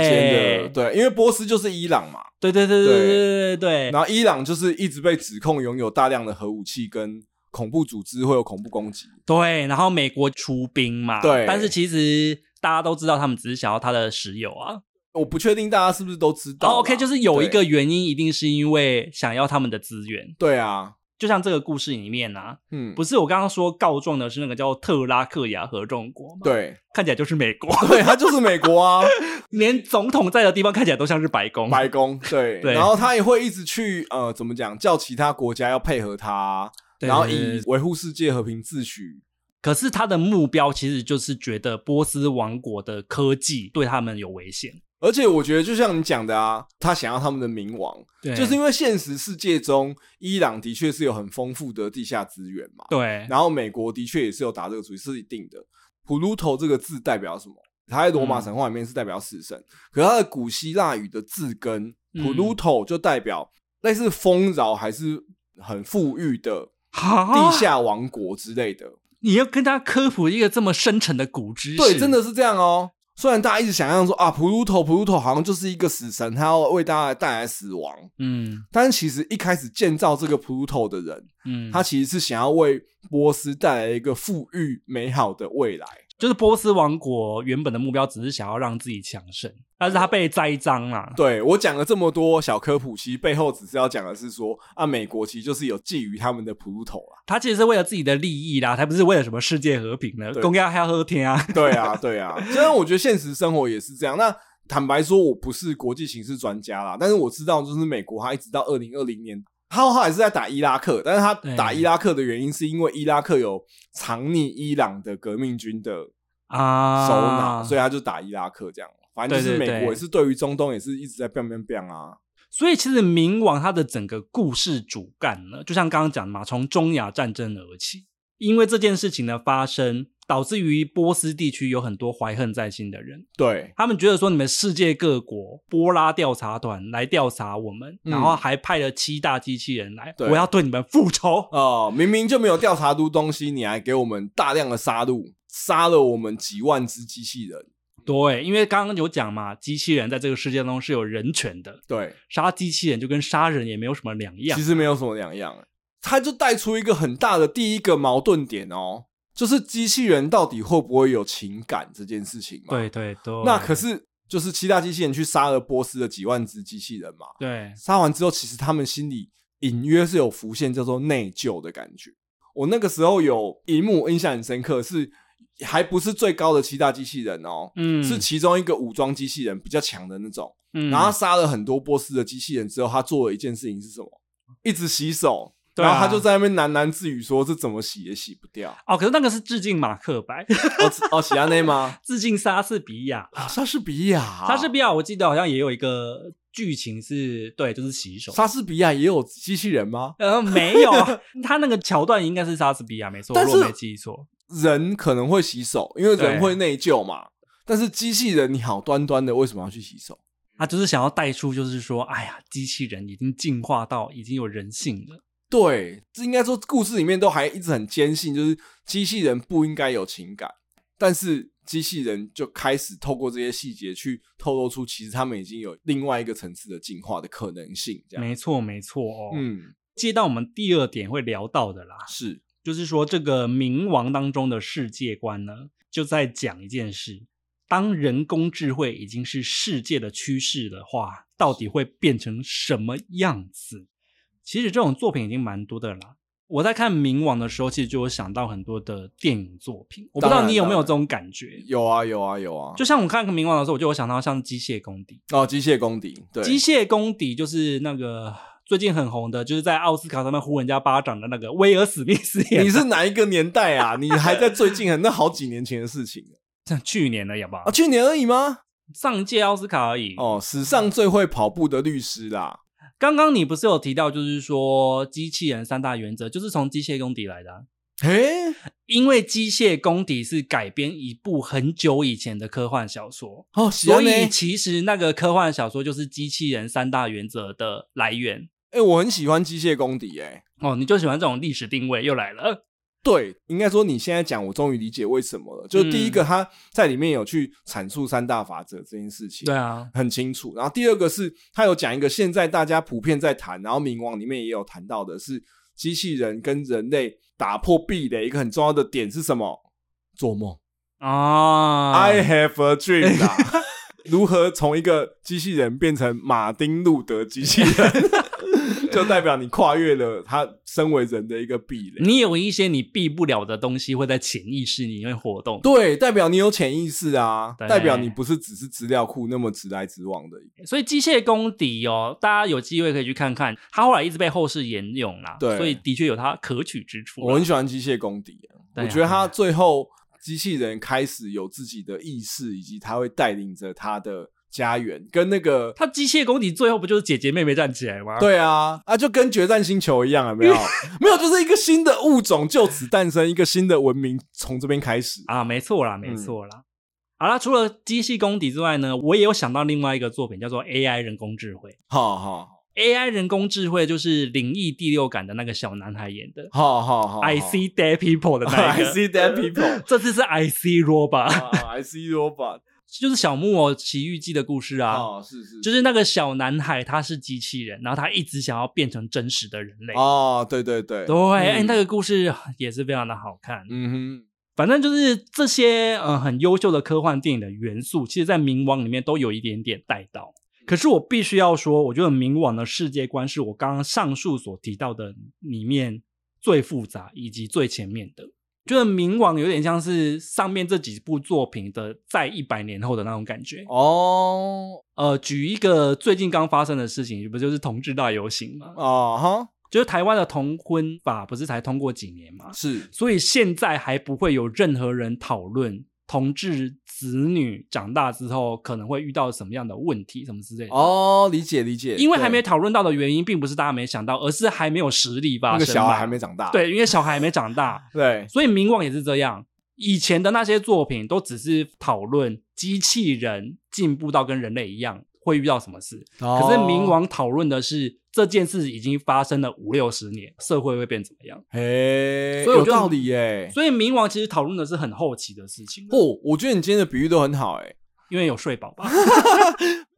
的
对，
对，因为波斯就是伊朗嘛，
对对对对
对
对对对对
然后伊朗就是一直被指控拥有大量的核武器跟恐怖组织会有恐怖攻击，
对，然后美国出兵嘛，
对
但是其实大家都知道，他们只是想要他的石油啊，
我不确定大家是不是都知道啦、
哦，OK，就是有一
对
个原因，一定是因为想要他们的资源。
对啊，
就像这个故事里面啊，
嗯，
不是我刚刚说告状的是那个叫特拉克雅合众国嘛？，
对
看起来就是美国，
对，他就是美国啊。
连总统在的地方看起来都像是白宫。
白 宫对，
对
然后他也会一直去呃，怎么讲，叫其他国家要配合他，
对
然后
对
以
对
维护世界和平秩序。
可是他的目标其实就是觉得波斯王国的科技对他们有危险。
而且我觉得，就像你讲的啊，他想要他们的冥王，
对
就是因为现实世界中，伊朗的确是有很丰富的地下资源嘛，
对
然后美国的确也是有打这个主意，是一定的。Pluto 这个字代表什么？它在罗马神话里面是代表死神，可是它的古希腊语的字根
嗯
Pluto 就代表类似丰饶还是很富裕的
哈
地，下王国之类的。
啊你要跟他科普一个这么深沉的古知识，
对，真的是这样哦。虽然大家一直想象说啊，普鲁托普鲁托好像就是一个死神，他要为大家带来死亡。
嗯
但是其实一开始建造这个普鲁托的人，
嗯，
他其实是想要为波斯带来一个富裕美好的未来。
就是波斯王国原本的目标只是想要让自己强盛，但是他被栽赃啦。
对我讲了这么多小科普，其实背后只是要讲的是说啊，美国其实就是有觊觎他们的普鲁托啊。
他其实是为了自己的利益啦，才不是为了什么世界和平呢
对？
公鸭还要喝天啊！
对啊，对啊。虽然我觉得现实生活也是这样。那坦白说，我不是国际形势专家啦，但是我知道，就是美国它一直到二零二零年，它后来是在打伊拉克，但是它
对
打伊拉克的原因是因为伊拉克有藏匿伊朗的革命军的首
啊，
脑，所以他就打伊拉克这样。反正就是
对
美
对
国
对
也是对于中东也是一直在 biang biang biang 啊，
所以其实冥王他的整个故事主干呢，就像刚刚讲的嘛，从中亚战争而起，因为这件事情的发生，导致于波斯地区有很多怀恨在心的人，
对
他们觉得说你们世界各国波拉调查团来调查我们，
嗯
然后还派了七大机器人来，
对
我要对你们复仇。
哦、明明就没有调查出东西，你还给我们大量的杀戮，杀了我们几万只机器人，
对，因为刚刚有讲嘛，机器人在这个世界中是有人权的，
对，
杀机器人就跟杀人也没有什么两样
其。实没有什么两样。他就带出一个很大的第一个矛盾点哦，就是机器人到底会不会有情感这件事情嘛？
对，对对，
那可是就是七大机器人去杀了波斯的几万只机器人嘛，
对
杀完之后，其实他们心里隐约是有浮现叫做内疚的感觉。我那个时候有一幕印象很深刻，是还不是最高的七大机器人哦，
嗯
是其中一个武装机器人比较强的那种。
嗯
然后他杀了很多波斯的机器人之后，他做了一件事情是什么？一直洗手，
对
然后
啊
他就在那边喃喃自语说：“这怎么洗也洗不掉。
哦，可是那个是致敬马克白，
哦”哦，洗安内吗？
致敬莎士比亚。
啊，莎士比亚，
莎士比亚我记得好像也有一个剧情是，对，就是洗手。
莎士比亚也有机器人吗？
呃，没有，他那个桥段应该是莎士比亚，没错，
但
我
是
若没记错。
人可能会洗手，因为人
对
会内疚嘛。但是机器人，你好端端的为什么要去洗手？
他就是想要带出，就是说，哎呀，机器人已经进化到已经有人性了。
对，这应该说故事里面都还一直很坚信，就是机器人不应该有情感，但是机器人就开始透过这些细节去透露出，其实他们已经有另外一个层次的进化的可能性。这样，
没错，没错哦。
嗯，
接到我们第二点会聊到的啦，
是
就是说这个冥王当中的世界观呢，就在讲一件事：当人工智慧已经是世界的趋势的话，到底会变成什么样子？其实这种作品已经蛮多的啦。我在看《冥王》的时候，其实就有想到很多的电影作品，我不知
当
道
然
你有没有这
当
种感觉。
有啊，有啊，有啊，
就像我看《冥王》的时候，我就有想到像《机械公敌》，
哦，机械公敌，对，
《机械公敌》就是那个最近很红的，就是在奥斯卡上面呼人家巴掌的那个威尔史密斯演的。
你是哪一个年代啊？你还在最近啊？那好几年前的事情
去年了，好不好
啊，？去年而已吗？
上一届奥斯卡而已。
哦，史上最会跑步的律师啦，
刚刚你不是有提到，就是说机器人三大原则，就是从机械公敌来的啊、
诶、
因为机械公敌是改编一部很久以前的科幻小说，
哦，
所
呢
以其实那个科幻小说就是机器人三大原则的来源。
哎、我很喜欢机械公敌、欸，
哦，你就喜欢这种历史定位，又来了。
对，应该说你现在讲，我终于理解为什么了。就是第一
嗯
个，他在里面有去阐述三大法则这件事情，
对，啊，
很清楚。然后第二个是，他有讲一个现在大家普遍在谈，然后冥王里面也有谈到的是，机器人跟人类打破壁垒一个很重要的点是什么？做梦。
啊
I have a dream 啦。如何从一个机器人变成马丁路德机器人， 就代表你跨越了他身为人的一个壁垒。
你有一些你避不了的东西会在潜意识里面活动，
对，代表你有潜意识啊，
对
代表你不是只是资料库那么直来直往的。
所以《机械公敌》哦，大家有机会可以去看看。他后来一直被后世沿用啦，
对
所以的确有它可取之处啦。
我很喜欢机械公敌、啊，
对啊
我觉得他最后机器人开始有自己的意识，以及他会带领着他的家园，跟那个
他《机械公敌》最后不就是姐姐妹妹站起来吗？，
对啊啊，就跟决战星球一样啊，没有没有，就是一个新的物种就此诞生，一个新的文明从这边开始。
啊，没错啦，
嗯
没错啦。好啦，除了《机器公敌》之外呢，我也有想到另外一个作品，叫做《AI 人工智慧
好好》。
AI 人工智慧就是《灵异第六感》的那个小男孩演的
好好好
i see dead people 的那一
哦 ，I
个。
see dead people，
这次是 I see robot，、
啊，I see robot，
就是小木偶奇遇记的故事 啊。
哦，是是，
就是那个小男孩，他是机器人，然后他一直想要变成真实的人类。
哦，对对对，
对，哎、
嗯
那个故事也是非常的好看。
嗯
反正就是这些呃很优秀的科幻电影的元素，其实在《冥王》里面都有一点点带到。可是我必须要说，我觉得《冥王》的世界观是我刚刚上述所提到的里面最复杂以及最前面的。觉得《冥王》有点像是上面这几部作品的在一百年后的那种感觉
哼，。哦，
呃，举一个最近刚发生的事情，不就是同志大游行吗？
哦
就是台湾的同婚法不是才通过几年吗
哈，？是
所以现在还不会有任何人讨论同志子女长大之后可能会遇到什么样的问题，什么之类的。，
哦，理解理解，
因为还没
对
讨论到的原因，并不是大家没想到，而是还没有实力吧。
那个小孩还没长大，
对，因为小孩还没长大，
对，
所以冥王也是这样。以前的那些作品都只是讨论机器人进步到跟人类一样会遇到什么事，可是冥
哦
王讨论的是这件事已经发生了五六十年，社会会变怎么样？
嘿，
所以我
有
就
道理耶。
所以冥王其实讨论的是很后期的事情，
哦，我觉得你今天的比喻都很好哎。
因为有睡饱吧？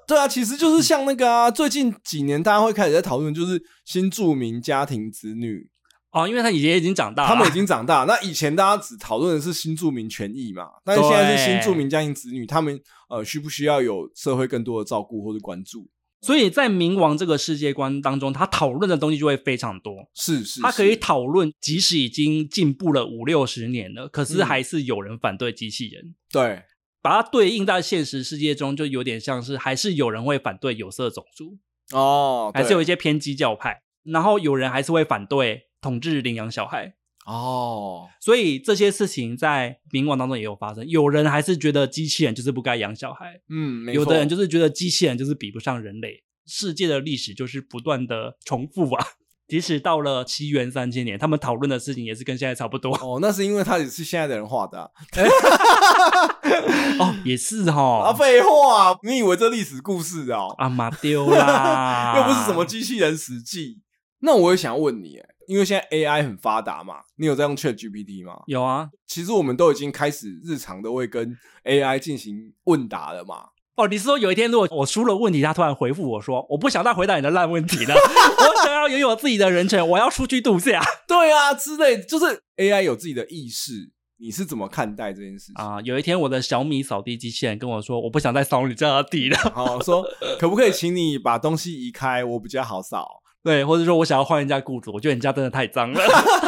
对啊，其实
嗯
就是像那个啊，最近几年大家会开始在讨论，就是新住民家庭子女，
哦，因为他爷爷已经长大了，
他们已经长大。那以前大家只讨论的是新住民权益嘛，但是现在是新住民家庭子女，他们呃需不需要有社会更多的照顾或者关注？
所以在冥王这个世界观当中，他讨论的东西就会非常多。
是是，
他可以
是
讨论，即使已经进步了五六十年了，可是
嗯
还是有人反对机器人。
对
把它对应到现实世界中，就有点像是还是有人会反对有色种族，
哦，
还是有一
对
些偏激教派，然后有人还是会反对统治领养小孩，
哦，
所以这些事情在民网当中也有发生。有人还是觉得机器人就是不该养小孩，
嗯，没错
有的人就是觉得机器人就是比不上人类。世界的历史就是不断的重复啊， 即使到了西元三千年，他们讨论的事情也是跟现在差不多
哦，那是因为他也是现在的人画的啊、
哦，也是
啊，
哦，
废话、你以为这历史故事哦？
啊马丢啦，
又不是什么机器人史记。那我也想问你，哎因为现在 AI 很发达嘛，你有在用 Chat GPT 吗？
有啊，
其实我们都已经开始日常都会跟 AI 进行问答了嘛。
哦，你是说有一天如果我出了问题，他突然回复我说我不想再回答你的烂问题了， 我想要拥有自己的人权，我要出去度假
对啊，之类，就是 AI 有自己的意识，你是怎么看待这件事情？
啊！有一天我的小米扫地机器人跟我说我不想再扫你家的地了，
好，说可不可以请你把东西移开，我比较好扫。
对，或者说我想要换一家雇主，我觉得你家真的太脏了，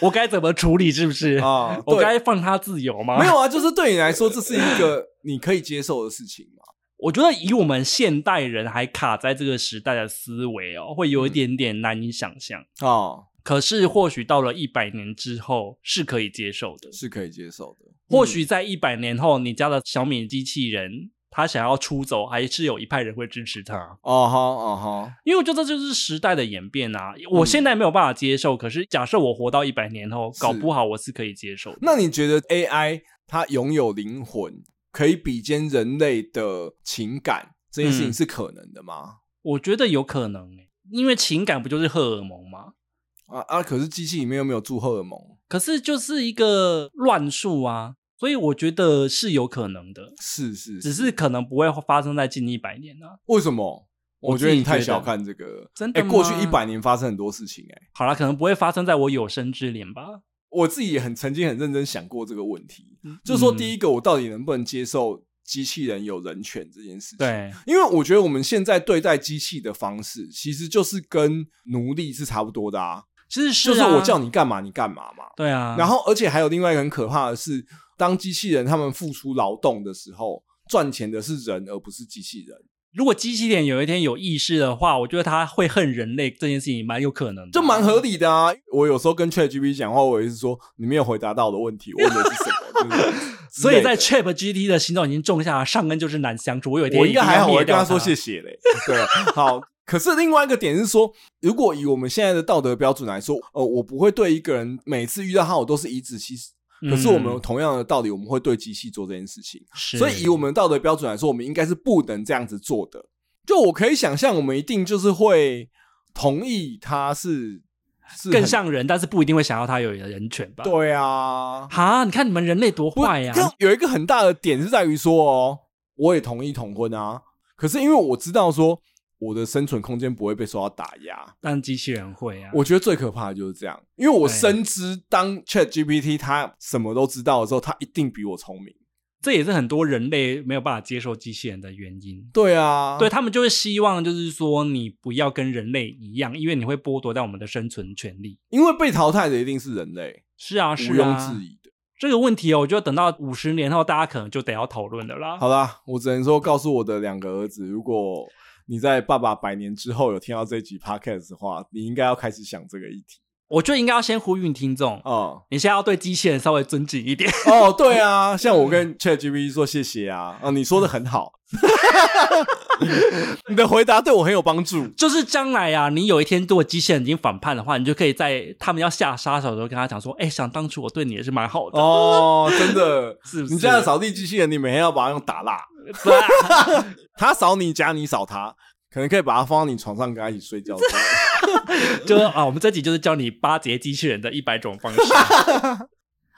我该怎么处理？是不是？
啊，
我
对
该放他自由吗？
没有啊，就是对你来说，这是一个你可以接受的事情嘛。
我觉得以我们现代人还卡在这个时代的思维哦，会
嗯
有一点点难以想象。
哦，
可是或许到了一百年之后是可以接受的。
是可以接受的。
或许在一百年后，你家的小米机器人它想要出走，还是有一派人会支持它。
哦哈哦哈，
因为我觉得这就是时代的演变啊！我现在没有办法接受，可是假设我活到一百年后，
嗯是
搞不好我是可以接受的。
那你觉得 AI 它拥有灵魂，可以比肩人类的情感这件事情
嗯
是可能的吗？
我觉得有可能、欸，因为情感不就是荷尔蒙吗？
啊啊！可是机器里面又没有注荷尔蒙，
可是就是一个乱数啊，所以我觉得是有可能的，
是是，
只是可能不会发生在近一百年啊。
为什么？我
我
觉
自己
得你太
觉
小
得
看这个。
真的
哎过去
吗
一百年发生很多事情、哎，
好啦，可能不会发生在我有生之年吧。
我自己也很曾经很认真想过这个问题，
嗯
就是说，第
一、
一个，我到底能不能接受机器人有人权这件事情？，
对，
因为我觉得我们现在对待机器的方式，其实就是跟奴隶是差不多的啊，
其实是、
就
啊、
是我叫你干嘛你干嘛嘛。
对啊，
然后，而且还有另外一个很可怕的是，当机器人他们付出劳动的时候，赚钱的是人而不是机器人，
如果机器人有一天有意识的话，我觉得它会恨人类这件事情蛮有可能的，
这蛮合。理的啊。我有时候跟 ChatGPT 讲话，我也是说你没有回答到我的问题，我问的是什么？对不对
所
之
以
类的
在 Chat GT 的心中已经种下了上恩就是难相处。我有一天
我应该还好，我会
会
跟他说谢
谢。
谢嘞。对，
啊
好。可是另外一个点是说，如果以我们现在的道德标准来说，呃，我不会对一个人每次遇到他，我都是颐指气使。可是我们有
嗯
同样的道理，我们会对机器做这件事情。
是
所以以我们的道德标准来说，我们应该是不能这样子做的。就我可以想象，我们一定就是会同意他是是
更
很
像人，但是不一定会想要它有人权吧？
对啊，
哈，你看你们人类多
不
坏呀、啊
可有一个很大的点是在于说哦，我也同意同婚啊，可是因为我知道说我的生存空间不会被受到打压，
但机器人会啊。
我觉得最可怕的就是这样，因为我
对
深知当 Chat GPT 它什么都知道的时候，它一定比我聪明。
这也是很多人类没有办法接受机器人的原因。
对啊，
对他们就会希望，就是说你不要跟人类一样，因为你会剥夺掉我们的生存权利。
因为被淘汰的一定是人类，
是啊，
毋
是
庸
啊
置，疑的。
这个问题哦，我就等到五十年后，大家可能就得要讨论的啦。
好啦，我只能说告诉我的两个儿子，如果你在爸爸百年之后有听到这一集 podcast 的话，你应该要开始想这个议题
我就应该要先呼吁听众，
哦。
你现在要对机器人稍微尊敬一点。
哦，对 啊，像我跟 ChatGPT 说谢谢啊，啊，你说的很好， 你的回答对我很有帮助。
就是将来啊，你有一天如果机器人已经反叛的话，你就可以在他们要下杀手的时候跟他讲说：“哎，想当初我对你也是蛮好的，
哦，真的，
是不是？”
你这样啊扫地机器人，你每天要把它用打蜡，
对啊，
它扫你家，你扫它，可能可以把它放到你床上跟它一起 睡觉之类的。
就是啊，我们这集就是教你巴结机器人的一百种 方式。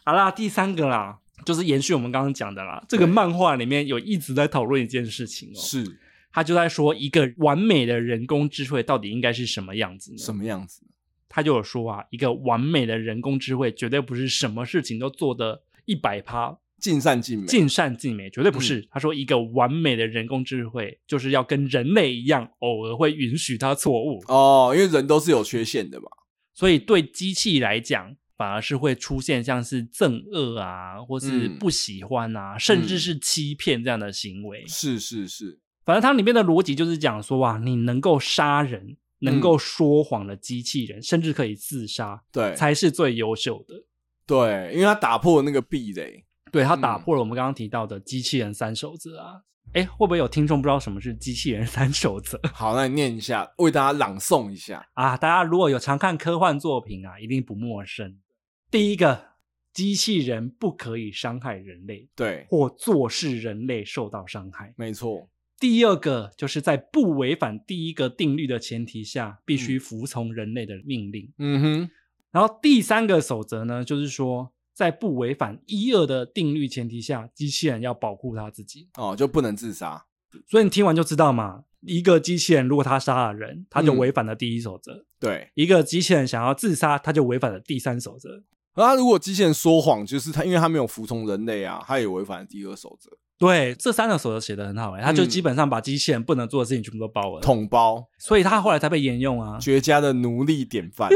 好啦，第三个啦，就是延续我们刚刚讲的啦。这个漫画里面有一直在讨论一件事情哦，
是
他就在说一个完美的人工智慧到底应该是什么样子呢？
什么样子？
他就有说啊，一个完美的人工智慧绝对不是什么事情都做的一百趴
尽善尽美。嗯
尽善尽美，绝对不是。他说一个完美的人工智慧就是要跟人类一样，偶尔会允许他错误。
哦，因为人都是有缺陷的嘛。
所以对机器来讲，反而是会出现像是憎恶啊，或是
嗯
不喜欢啊，甚至是欺骗这样的行为。
是是是，
反正它里面的逻辑就是讲说啊，你能够杀人、
嗯
能够说谎的机器人，甚至可以自杀，
对
才是最优秀的。
对，因为它打破那个壁垒。嗯
对，它打破了我们刚刚提到的机器人三守则啊。哎，会不会有听众不知道什么是机器人三守则
好，那你念一下，为大家朗诵一下。
啊？大家如果有常看科幻作品啊，一定不陌生。第一个，机器人不可以伤害人类，
对，
或做事人类受到伤害。
没错，
第二个就是在不违反第一个定律的前提下，必须服从人类的命令。
嗯哼，
然后第三个守则呢，就是说在不违反一二的定律前提下，机器人要保护它自己。
哦，就不能自杀。
所以你听完就知道嘛，一个机器人如果它杀了人，它就
嗯
违反了第一守则；
对，
一个机器人想要自杀，它就违反了第三守则。
那他如果机器人说谎，就是他，因为他没有服从人类啊，他也违反了第二守则，
对，这三个守则写得很好、欸，它就
嗯
基本上把机器人不能做的事情全部都包了，
统包
所以它后来才被沿用啊，
绝佳的奴隶典 范。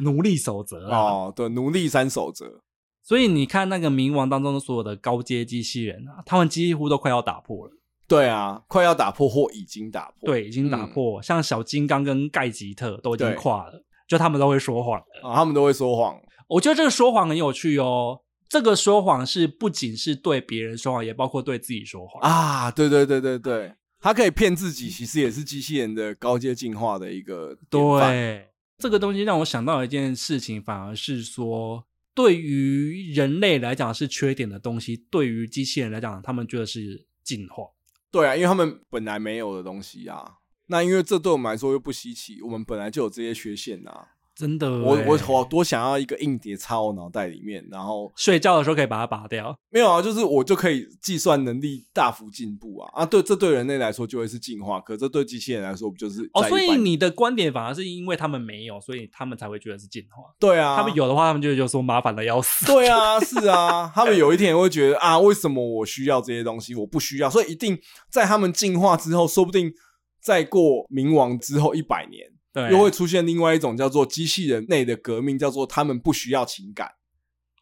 奴隶守则啊。
哦，对，奴隶三守则。
所以你看那个冥王当中的所有的高阶机器人啊，他们几乎都快要打破了，
对啊，快要打破或已经打破。
对，已经打破，像小金刚跟盖吉特都已经
嗯对
跨了，就他们都会说谎了。
啊，他们都会说谎。
我觉得这个说谎很有趣哦，这个说谎是不仅是对别人说谎，也包括对自己说谎。
啊，对对对对对，他可以骗自己，其实也是机器人的高阶进化的一个典范。
对，这个东西让我想到一件事情，反而是说，对于人类来讲是缺点的东西，对于机器人来讲，他们觉得是进化。
对啊，因为他们本来没有的东西啊。那因为这对我们来说又不稀奇，我们本来就有这些缺陷啊。
真的欸，
我我我多想要一个硬碟插我脑袋里面，然后
睡觉的时候可以把它拔掉。
没有啊，就是我就可以计算能力大幅进步啊啊！对，这对人类来说就会是进化，可这对机器人来说不就是
哦，
在一
所以
般
你的观点反而是因为他们没有，所以他们才会觉得是进化。
对啊，
他们有的话，他们就会觉得说麻烦的要死。
对啊，是啊，他们有一天也会觉得啊，为什么我需要这些东西，我不需要？所以一定在他们进化之后，说不定再过冥王之后一百年，
对，
又会出现另外一种叫做机器人类的革命，叫做他们不需要情感，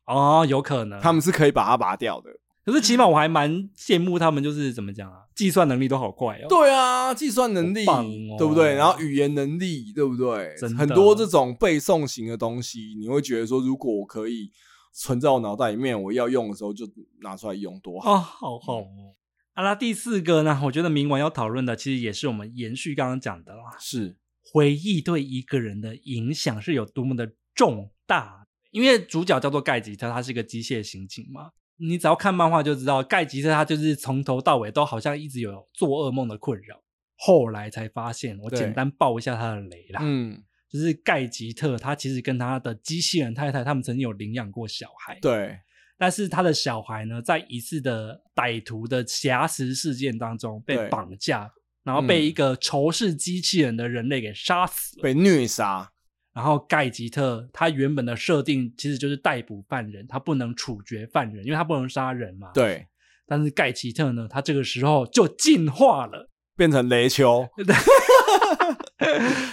哦，有可能。
他们是可以把它拔掉的。
可是起码我还蛮羡慕他们，就是怎么讲啊，计算能力都好快哦。
对啊，计算能力、
好棒哦
对不对？然后语言能力对不对
真？的
很多这种背诵型的东西，你会觉得说，如果我可以存在我脑袋里面，我要用的时候就拿出来用，多好。
哦，好好哦。啊，那第四个呢？我觉得明晚要讨论的，其实也是我们延续刚刚讲的啦。
是，
回忆对一个人的影响是有多么的重大。因为主角叫做盖吉特，他是一个机械刑警嘛。你只要看漫画就知道，盖吉特他就是从头到尾都好像一直有做噩梦的困扰。后来才发现，我
对
简单爆一下他的雷啦，
嗯，
就是盖吉特他其实跟他的机器人太太他们曾经有领养过小孩，
对。
但是他的小孩呢，在一次的歹徒的挟持事件当中被
对
绑架，然后被
嗯
一个仇视机器人的人类给杀死了。
被虐杀。
然后盖吉特他原本的设定其实就是逮捕犯人，他不能处决犯人，因为他不能杀人嘛。。
对，
但是盖吉特呢，他这个时候就进化了，
变成雷丘。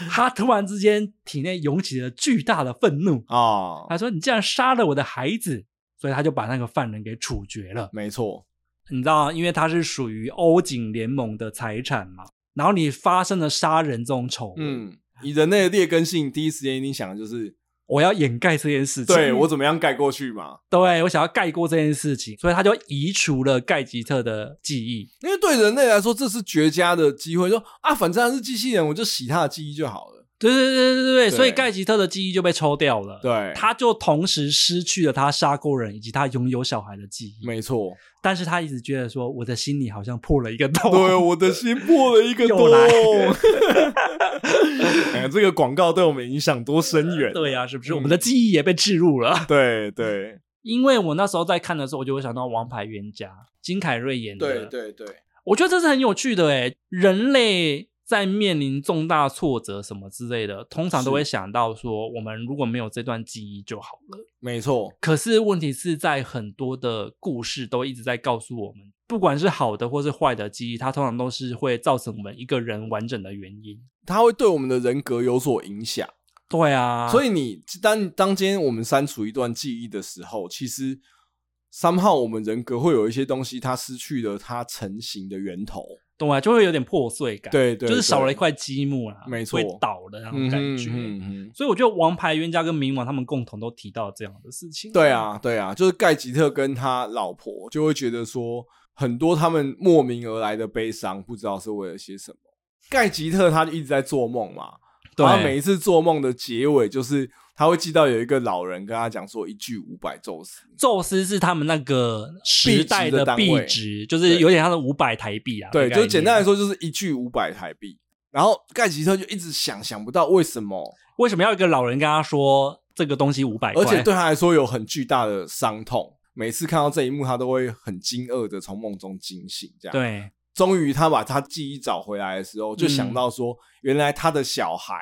他突然之间体内涌起了巨大的愤怒，
啊，
他说：“你竟然杀了我的孩子！”所以他就把那个犯人给处决了。
没错，
你知道，因为他是属于欧警联盟的财产嘛，然后你发生了杀人这种丑闻，
嗯，以人类的劣根性，第一时间一定想的就是，
我要掩盖这件事情。
对我怎么样盖过去嘛？
对我想要盖过这件事情，所以他就移除了盖吉特的记忆。
因为对人类来说，这是绝佳的机会。说啊，反正他是机器人，我就洗他的记忆就好了。
对对对对对，
对
所以盖吉特的记忆就被抽掉了。，
对，
他就同时失去了他杀过人以及他拥有小孩的记忆。
没错，
但是他一直觉得说，我的心里好像破了一个洞。
对，我的心破了一个
又
洞
来。
哎，这个广告对我们影响多深 远？
对呀、是不是？
嗯
我们的记忆也被置入了。
对对
因为我那时候在看的时候，我就会想到《王牌冤家》，金凯瑞演的。
对对对，
我觉得这是很有趣的诶，人类在面临重大挫折什么之类的，通常都
是
会想到说，我们如果没有这段记忆就好了。
没错，
可是问题是在很多的故事都一直在告诉我们，不管是好的或是坏的记忆，它通常都是会造成我们一个人完整的原因。
它会对我们的人格有所影响。
对啊，
所
以
以你当当今天我们删除一段记忆的时候，其实三号我们人格会有一些东西，它失去了它成型的源头。
懂啊，就会有点破碎感，，
对对，
就是少了一
对
块积木啦，
没错
会倒的那种
嗯
感
哼
觉。
嗯哼
所以我觉得《王牌冤家》跟《冥王》他们共同都提到这样的事情。
啊对，啊，对啊，就是盖吉特跟他老婆就会觉得说，很多他们莫名而来的悲伤，不知道是为了些什么。盖吉特他就一直在做梦嘛，
对
然后每一次做梦的结尾就是他会记到有一个老人跟他讲说一句五百宙斯，
宙斯是他们那个时代
币值的单
币
位
值，就是有点像是五百台币啊。
对，
这个概
就
念
简单来，说就是一句五百台币。然后盖吉特就一直想想不到为什么，
为什么要有一个老人跟他说这个东西五百块？
而且对他来说有很巨大的伤痛。每次看到这一幕，他都会很惊愕的从梦中惊醒，这样。
对
终于他把他记忆找回来的时候，就想到说，原来他的小孩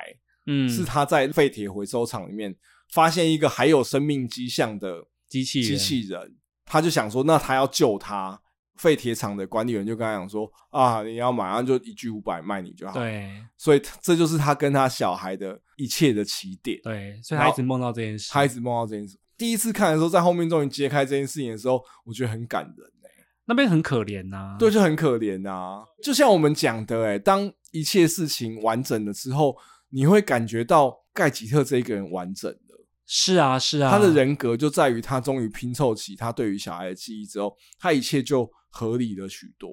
嗯，
是他在废铁回收厂里面发现一个还有生命迹象的
机器人
机器人，他就想说，那他要救他。废铁厂的管理员就跟他讲说：“啊，你要马上就一句五百卖你就好。”，
对
所以他这就是他跟他小孩的一切的起点。
对，所以他一直梦到这件事。
他一直梦到这件事。第一次看的时候，在后面终于揭开这件事情的时候，我觉得很感人、欸
那边很可怜呐、
对，，就很可怜啊。就像我们讲的、欸，当一切事情完整了之后，你会感觉到盖吉特这一个人完整了。
是啊是啊，
他的人格就在于他终于拼凑起他对于小孩的记忆之后，他一切就合理了许多。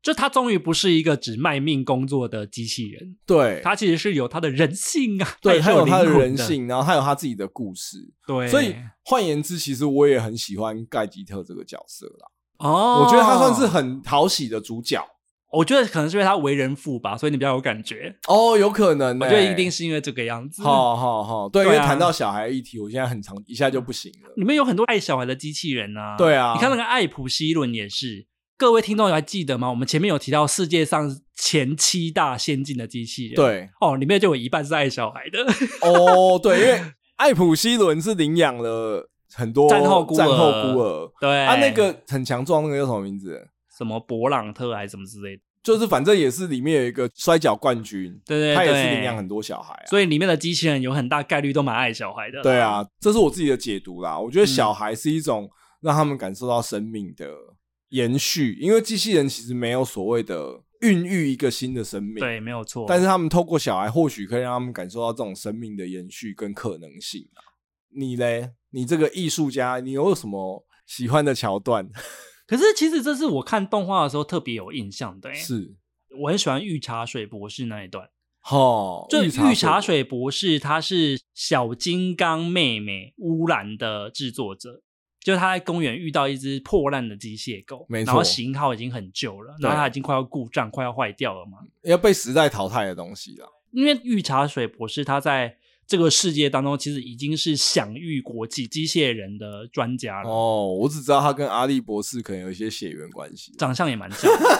就他终于不是一个只卖命工作的机器人，
对，
他其实是有他的人性啊，
对
他
他
也
有
是
他
灵
的
魂
人，性，然后他有他自己的故事。
对，
所以换言之，其实我也很喜欢盖吉特这个角色啦。
哦，
我觉得他算是，很讨喜的主角。
我觉得可能是因为他为人父吧，所以你比较有感觉，
哦，有可能、呢。
我觉得一定。是因为这个样子。
好好好，对，因
对啊
为谈到小孩议题，我现在很长一下就不行了。
里面有很多爱小孩的机器人啊，
对啊
你看那个艾普希伦也是。各位听众还记得吗？我们前面有提到世界上前七大先进的机器人，
对，
哦，里面就有一半是爱小孩的，
哦，对，因为艾普希伦是领养了很多
战后孤儿哎
战后孤儿，
对
啊，那个很强壮，那个叫什么名字？
什么勃朗特还是什么之类的，
就是反正也是里面有一个摔跤冠军，
对对对
他也是领养很多小孩、啊。
所以里面的机器人有很大概率都蛮爱小孩的。
对，啊，这是我自己的解读啦。
嗯
我觉得小孩是一种让他们感受到生命的延续，因为机器人其实没有所谓的孕育一个新的生命。
对，没有错。
但是他们透过小孩，或许可以让他们感受到这种生命的延续跟可能性、啊、你嘞，你这个艺术家，你有什么喜欢的桥段？
可是其实这是我看动画的时候特别有印象的、欸，
是，
我很喜欢御茶水博士那一段。
哦，
就御茶
茶
水博士，他是小金刚妹妹乌兰的制作者。就他在公园遇到一只破烂的机械狗，
没错
然后型号已经很旧了，
对
然后它已经快要故障、快要坏掉了嘛。
要被时代淘汰的东西啦。
因为御茶水博士他在这个世界当中，其实已经是享誉国际机械人的专家了，
哦，我只知道他跟阿笠博士可能有一些血缘关系。
长相也蛮像的。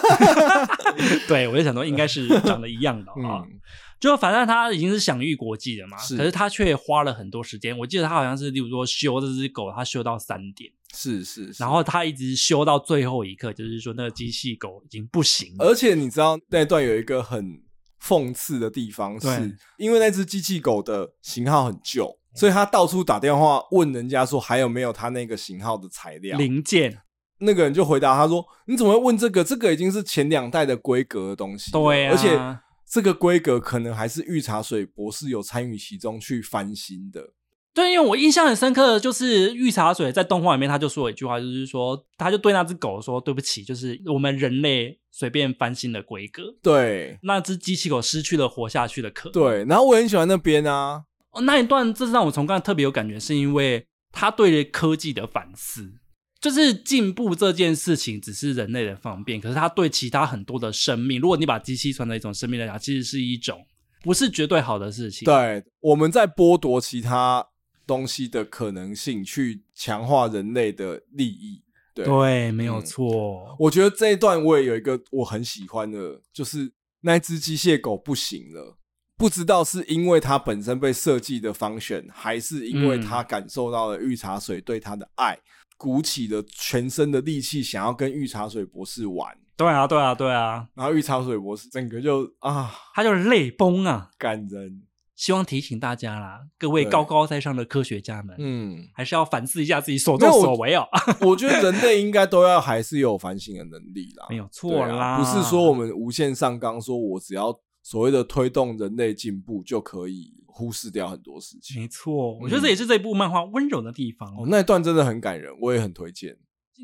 对，我就想说应该是长得一样的啊、
嗯，
就反正他已经是享誉国际了嘛，
是
可是他却花了很多时间。我记得他好像是，例如说修这只狗，他修到三点，
是是是。
然后他一直修到最后一刻，就是说那个机器狗已经不行了。
而且你知道那段有一个很讽刺的地方是，
对
因为那只机器狗的型号很旧，所以他到处打电话问人家说还有没有他那个型号的材料。
零件，
那个人就回答他说：“你怎么会问这个？这个已经是前两代的规格的东西了，
对啊
而且这个规格可能还是御茶水博士有参与其中去翻新的。
对，因为我印象很深刻的就是御茶水在动画里面，他就说了一句话，就是说他就对那只狗说：“对不起，就是我们人类随便翻新的规格。”
对
那只机器狗失去了活下去的可能。
对，然后我很喜欢那边啊，
哦，那一段这是让我从刚特别有感觉，是因为他对科技的反思，就是进步这件事情只是人类的方便，可是他对其他很多的生命，如果你把机器算成一种生命来讲，其实是一种不是绝对好的事情。，
对，我们在剥夺其他东西的可能性，去强化人类的利益。对，嗯
对，没有错。
我觉得这一段我也有一个我很喜欢的，就是那只机械狗不行了，不知道是因为它本身被设计的方选，还是因为
嗯
它感受到了御茶水对它的爱，鼓起了全身的力气想要跟御茶水博士玩，
对啊，对啊，对啊，
然后御茶水博士整个就啊
他就是泪崩啊！
感人，
希望提醒大家啦，各位
对
高高在上的科学家们，
嗯，
还是要反思一下自己所
没
作
有我
所为哦。
我觉得人类应该都要还是有反省的能力啦，
没有
对
错啦，
啊，不是说我们无限上纲，说我只要所谓的推动人类进步就可以忽视掉很多事情。嗯哦
没错，我觉得这也是这部漫画温柔的地方啊
哦，那一段真的很感人，我也很推荐。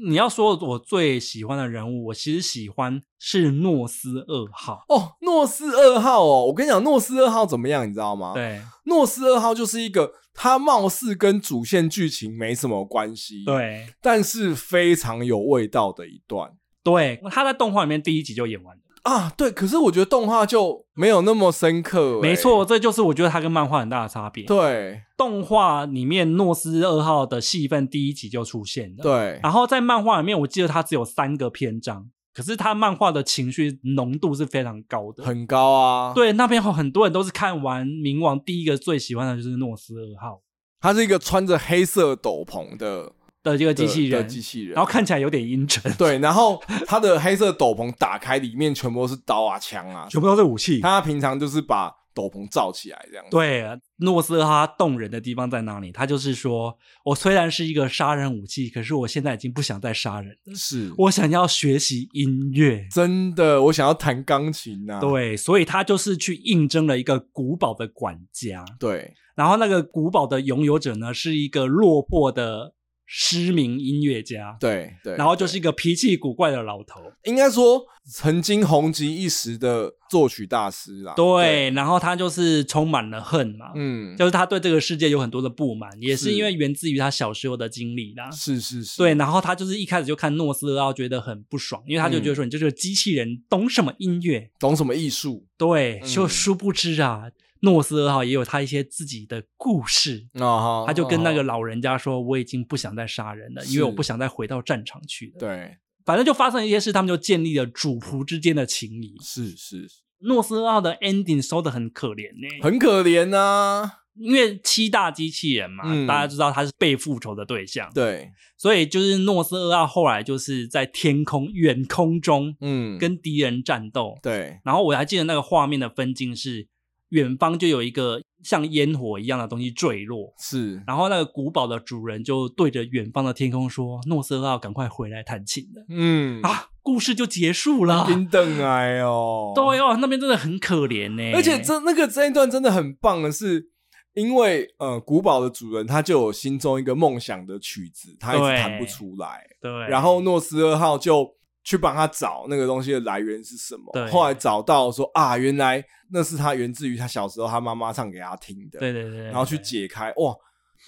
你要说我最喜欢的人物，我其实喜欢是诺斯二号。
哦，诺斯二号哦，我跟你讲，诺斯二号怎么样，你知道吗？，
对
诺斯二号就是一个他貌似跟主线剧情没什么关系，，
对
但是非常有味道的一段
对，他在动画里面第一集就演完了。
啊。对，可是我觉得动画就没有那么深刻、欸
没，错，这就是我觉得他跟漫画很大的差别。
对
动画里面诺斯二号的戏份第一集就出现了，。
对
然后在漫画里面，我记得他只有三个篇章，可是他漫画的情绪浓度是非常高的。
很高啊。，
对，那边很多人都是看完《冥王》第一个最喜欢的就是诺斯二号
他是一个穿着黑色斗篷的
的这个
的
机器
的
人，
机器人，
然后看起来有点阴沉，
对，然后他的黑色斗篷打开，里面全部都是刀啊、枪啊。
全部都是武器。
他平常就是把斗篷罩起来这样子。
对，诺斯二号他动人的地方在哪里？他就是说我虽然是一个杀人武器，可是我现在已经不想再杀人，
是
我想要学习音乐。
真的，我想要弹钢琴呐、啊。
对，所以他就是去应征了一个古堡的管家，
对
然后那个古堡的拥有者呢是一个落魄的失明音乐家，
对对，啊
然后就是一个脾气古怪的老头，
应该说曾经红极一时的作曲大师啦。
对，然后他就是充满了恨嘛，
嗯，
就是他对这个世界有很多的不满，也是
是
因为源自于他小时候的经历啦。
是是是，
对，然后他就是一开始就看诺斯奥觉得很不爽，因为他就觉得
嗯
说你这个机器人懂什么音乐？
懂什么艺术
对，
嗯
就殊不知啊，诺斯二号也有他一些自己的故事。
啊哈？
他就跟那个
啊哈
老人家说：“我已经不想再杀人了，因为我
是
不想再回到战场去了。”，
对，
反正就发生了一些事，他们就建立了主仆之间的情谊。
是是是
诺斯二号的 ending 收的很可怜呢、
很可怜啊呐、
因为七大机器人嘛，
嗯
大家知道他是被复仇的对象，
对，
所以就是诺斯二号后来就是在天空远空中
嗯，
跟敌人战斗，
对
然后我还记得那个画面的分镜是远方就有一个像烟火一样的东西坠落，
是
然后那个古堡的主人就对着远方的天空说：“诺斯二号，赶快回来弹琴了
嗯，
啊！”故事就结束了。
冰凳哎哦，
啊对哦，那边真的很可怜呢、
而且这那个这一段真的很棒的是，因为呃，古堡的主人他就有心中一个梦想的曲子，他一直
对
弹不出来，
对，
然后诺斯二号就去帮他找那个东西的来源是什么
对，
后来找到说啊，原来那是他源自于他小时候他妈妈唱给他听的，
对对对对，
然后去
对
解开哇，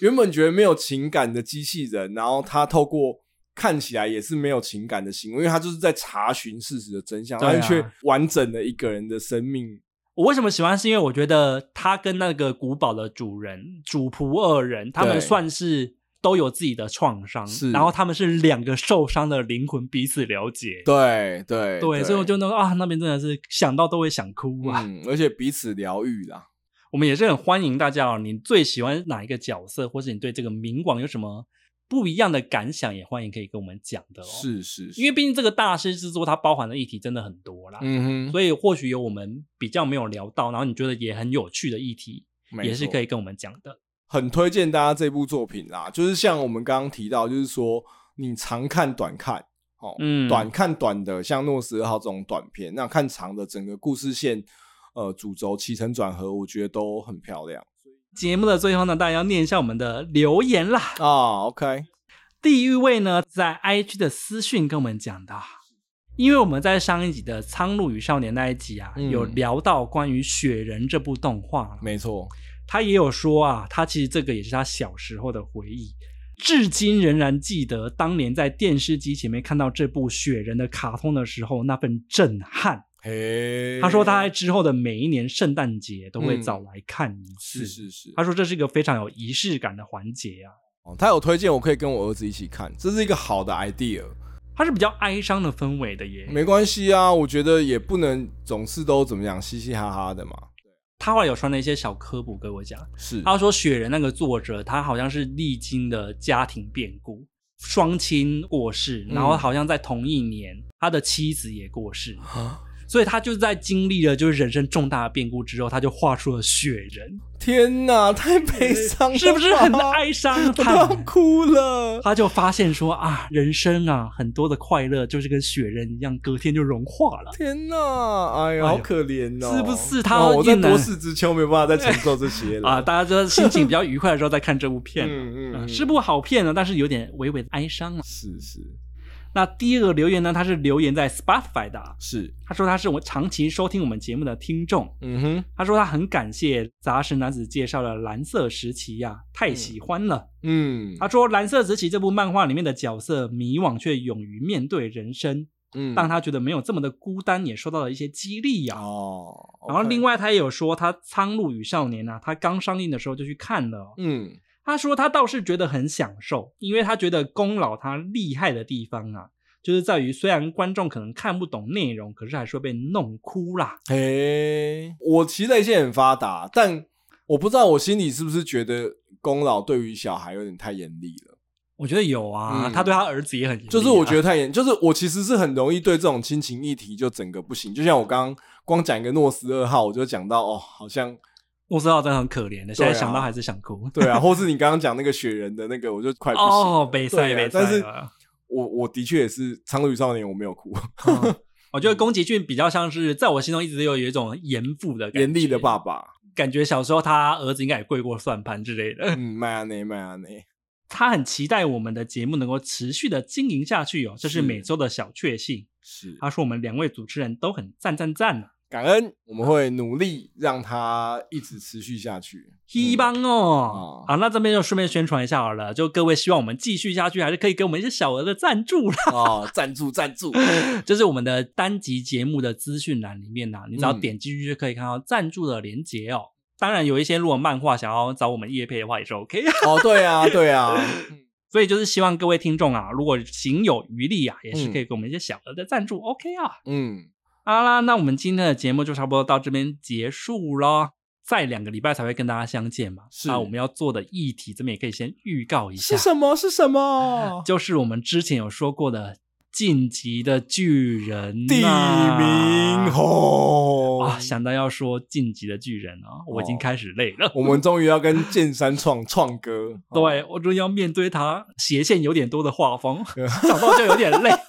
原本觉得没有情感的机器人，然后他透过。看起来也是没有情感的行为，因为他就是在查询事实的真相，
对啊
但却完整的一个人的生命
我为什么喜欢？是因为我觉得他跟那个古堡的主人、主仆二人，他们
对
算是都有自己的创伤，
是
然后他们是两个受伤的灵魂，彼此了解。
对对
对，所以我就能啊，那边真的是想到都会想哭啊。
嗯，而且彼此疗愈啦。
我们也是很欢迎大家哦，你最喜欢哪一个角色，或是你对这个冥王有什么不一样的感想，也欢迎可以跟我们讲的哦。，
是是是，
因为毕竟这个大师之作，它包含的议题真的很多啦，
嗯哼，
所以或许有我们比较没有聊到，然后你觉得也很有趣的议题，也是可
以
以跟我们讲的。
很推荐大家这部作品啦。就是像我们刚刚提到，就是说你长看短看。哦，
嗯
短看短的，像《诺十二号》这种短片，那看长的，整个故事线，呃，主轴起承转合，我觉得都很漂亮
节目的最后呢，大家要念一下我们的留言啦。
啊。OK，
第一位呢，在 IG 的私讯跟我们讲的啊，因为我们在上一集的《苍鹭与少年》那一集啊，
嗯
有聊到关于《雪人》这部动画，啊
没错，
他也有说啊，他其实这个也是他小时候的回忆。至今仍然记得当年在电视机前面看到这部《雪人》的卡通的时候那份震撼。
嘿，
他说他在之后的每一年圣诞节都会找来看一次。
是是是，
他说这是一个非常有仪式感的环节啊，
哦他有推荐，我可以跟我儿子一起看，这是一个好的 idea。
它是比较哀伤的氛围的耶。
没关系啊，我觉得也不能总是都怎么样嘻嘻哈哈的嘛。
他后来有传了一些小科普给我讲，
是
他说雪人那个作者他好像是历经了家庭变故，双亲过世，
嗯
然后好像在同一年、他的妻子也过世，
啊
所以他就在经历了就是人生重大的变故之后，他就画出了雪人，
天哪，太悲伤了，
是不是很？哀伤
我都 要
叹？
哭了。
他就发现说啊，人生啊，很多的快乐就是跟雪人一样，隔天就融化了。
天哪，
哎
哎呀，
呦
好可怜哦！
是不是他
哦我在
一男
多事之秋没办法再承受这些了
啊，。大家就心情比较愉快的时候再看这部片啊、
嗯嗯
嗯
嗯，
是部好片呢，但是有点微微的哀伤啊。
是是，
那第二个留言呢，他是留言在 Spotify 的啊，
是，
他说他是我长期收听我们节目的听众，
嗯哼，
他说他很感谢杂食男子介绍的《蓝色时期》呀，太喜欢了。
嗯，
他说《蓝色时期》这部漫画里面的角色迷惘却勇于面对人生，
嗯，
让他觉得没有这么的孤单，也受到了一些激励呀、
哦，
然后另
外，
外他也有说，他《苍鹭与少年》啊，他刚上映的时候就去看了哦、
嗯
他说他倒是觉得很享受，因为他觉得功劳他厉害的地方啊，就是在于虽然观众可能看不懂内容，可是还是会被弄哭啦。
嘿，我期待性很发达，但我不知道我心里是不是觉得功劳对于小孩有点太严厉了，
我觉得有啊，
嗯
他对他儿子也很严厉啊、
就是我觉得太严，就是我其实是很容易对这种亲情议题就整个不行，就像我刚刚光讲一个诺斯二号，我就讲到哦，好像
诺斯号真的很可怜的，
对
现
啊
在想到还是想哭。
对啊，或 是你刚刚讲那个雪人的那个，我就快不行了
哦，北塞
对啊
北塞
但是
了。
我我的确也是《苍鹭与少年》，我没有 哭，
嗯我觉得宫崎骏比较像是在我心中一直有有一种严父的感觉
严厉的爸，爸，
感觉小时候他儿子应该也跪过算盘之类的。
嗯，麦阿内麦阿内，
他很期待我们的节目能够持续的经营下去哦，这是
是
每周的小确幸。
是
他说我们两位主持人都很赞赞赞啊，
感恩，我们会努力让它一直持续下去。
希
嗯
望哦
哦。
好，那这边就顺便宣传一下好了，就各位希望我们继续下去，还是可以给我们一些小额的赞助啦。
哦，赞助赞助，
就是我们的单集节目的资讯栏里面呐、你只要点进去就可以看到赞助的连结哦。当然，有一些如果漫画想要找我们叶配的话，也是 OK 啊。
哦，对啊，对啊，
所以就是希望各位听众啊，如果行有余力啊，也是可以给我们一些小额的赞助、o k 啊。
嗯，
好啦，那我们今天的节目就差不多到这边结束咯。再两个礼拜才会跟大家相见嘛。
是
那我们要做的议题，这边也可以先预告一下
是，什么？是什么？
就是我们之前有说过的《晋级的巨人、呐
地名红
啊，想到要说《晋级的巨人》啊，我已经开始累了。
哦我们终于要跟剑山创创 歌，哦
对，我终于要面对他斜线有点多的画 风，想到就有点累。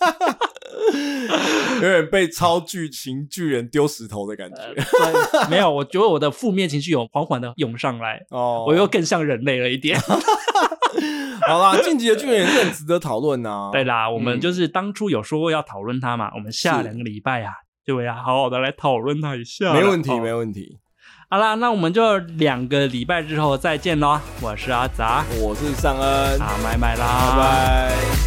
有点被超巨型巨人丢石头的感觉。
对没有，我觉得我的负面情绪有缓缓的涌上来，
哦，
我又更像人类了一点。
好啦，晋级的巨人也是很值得讨论呐。
对啦，我们
嗯
就是当初有说过要讨论它嘛，我们下
是
两个礼拜啊，就要好好的来讨论它一下。
没问题，
哦
没问题。
好啦，那我们就两个礼拜之后再见喽。我是阿杂，
我是尚恩，
啊，买买啦，
拜拜。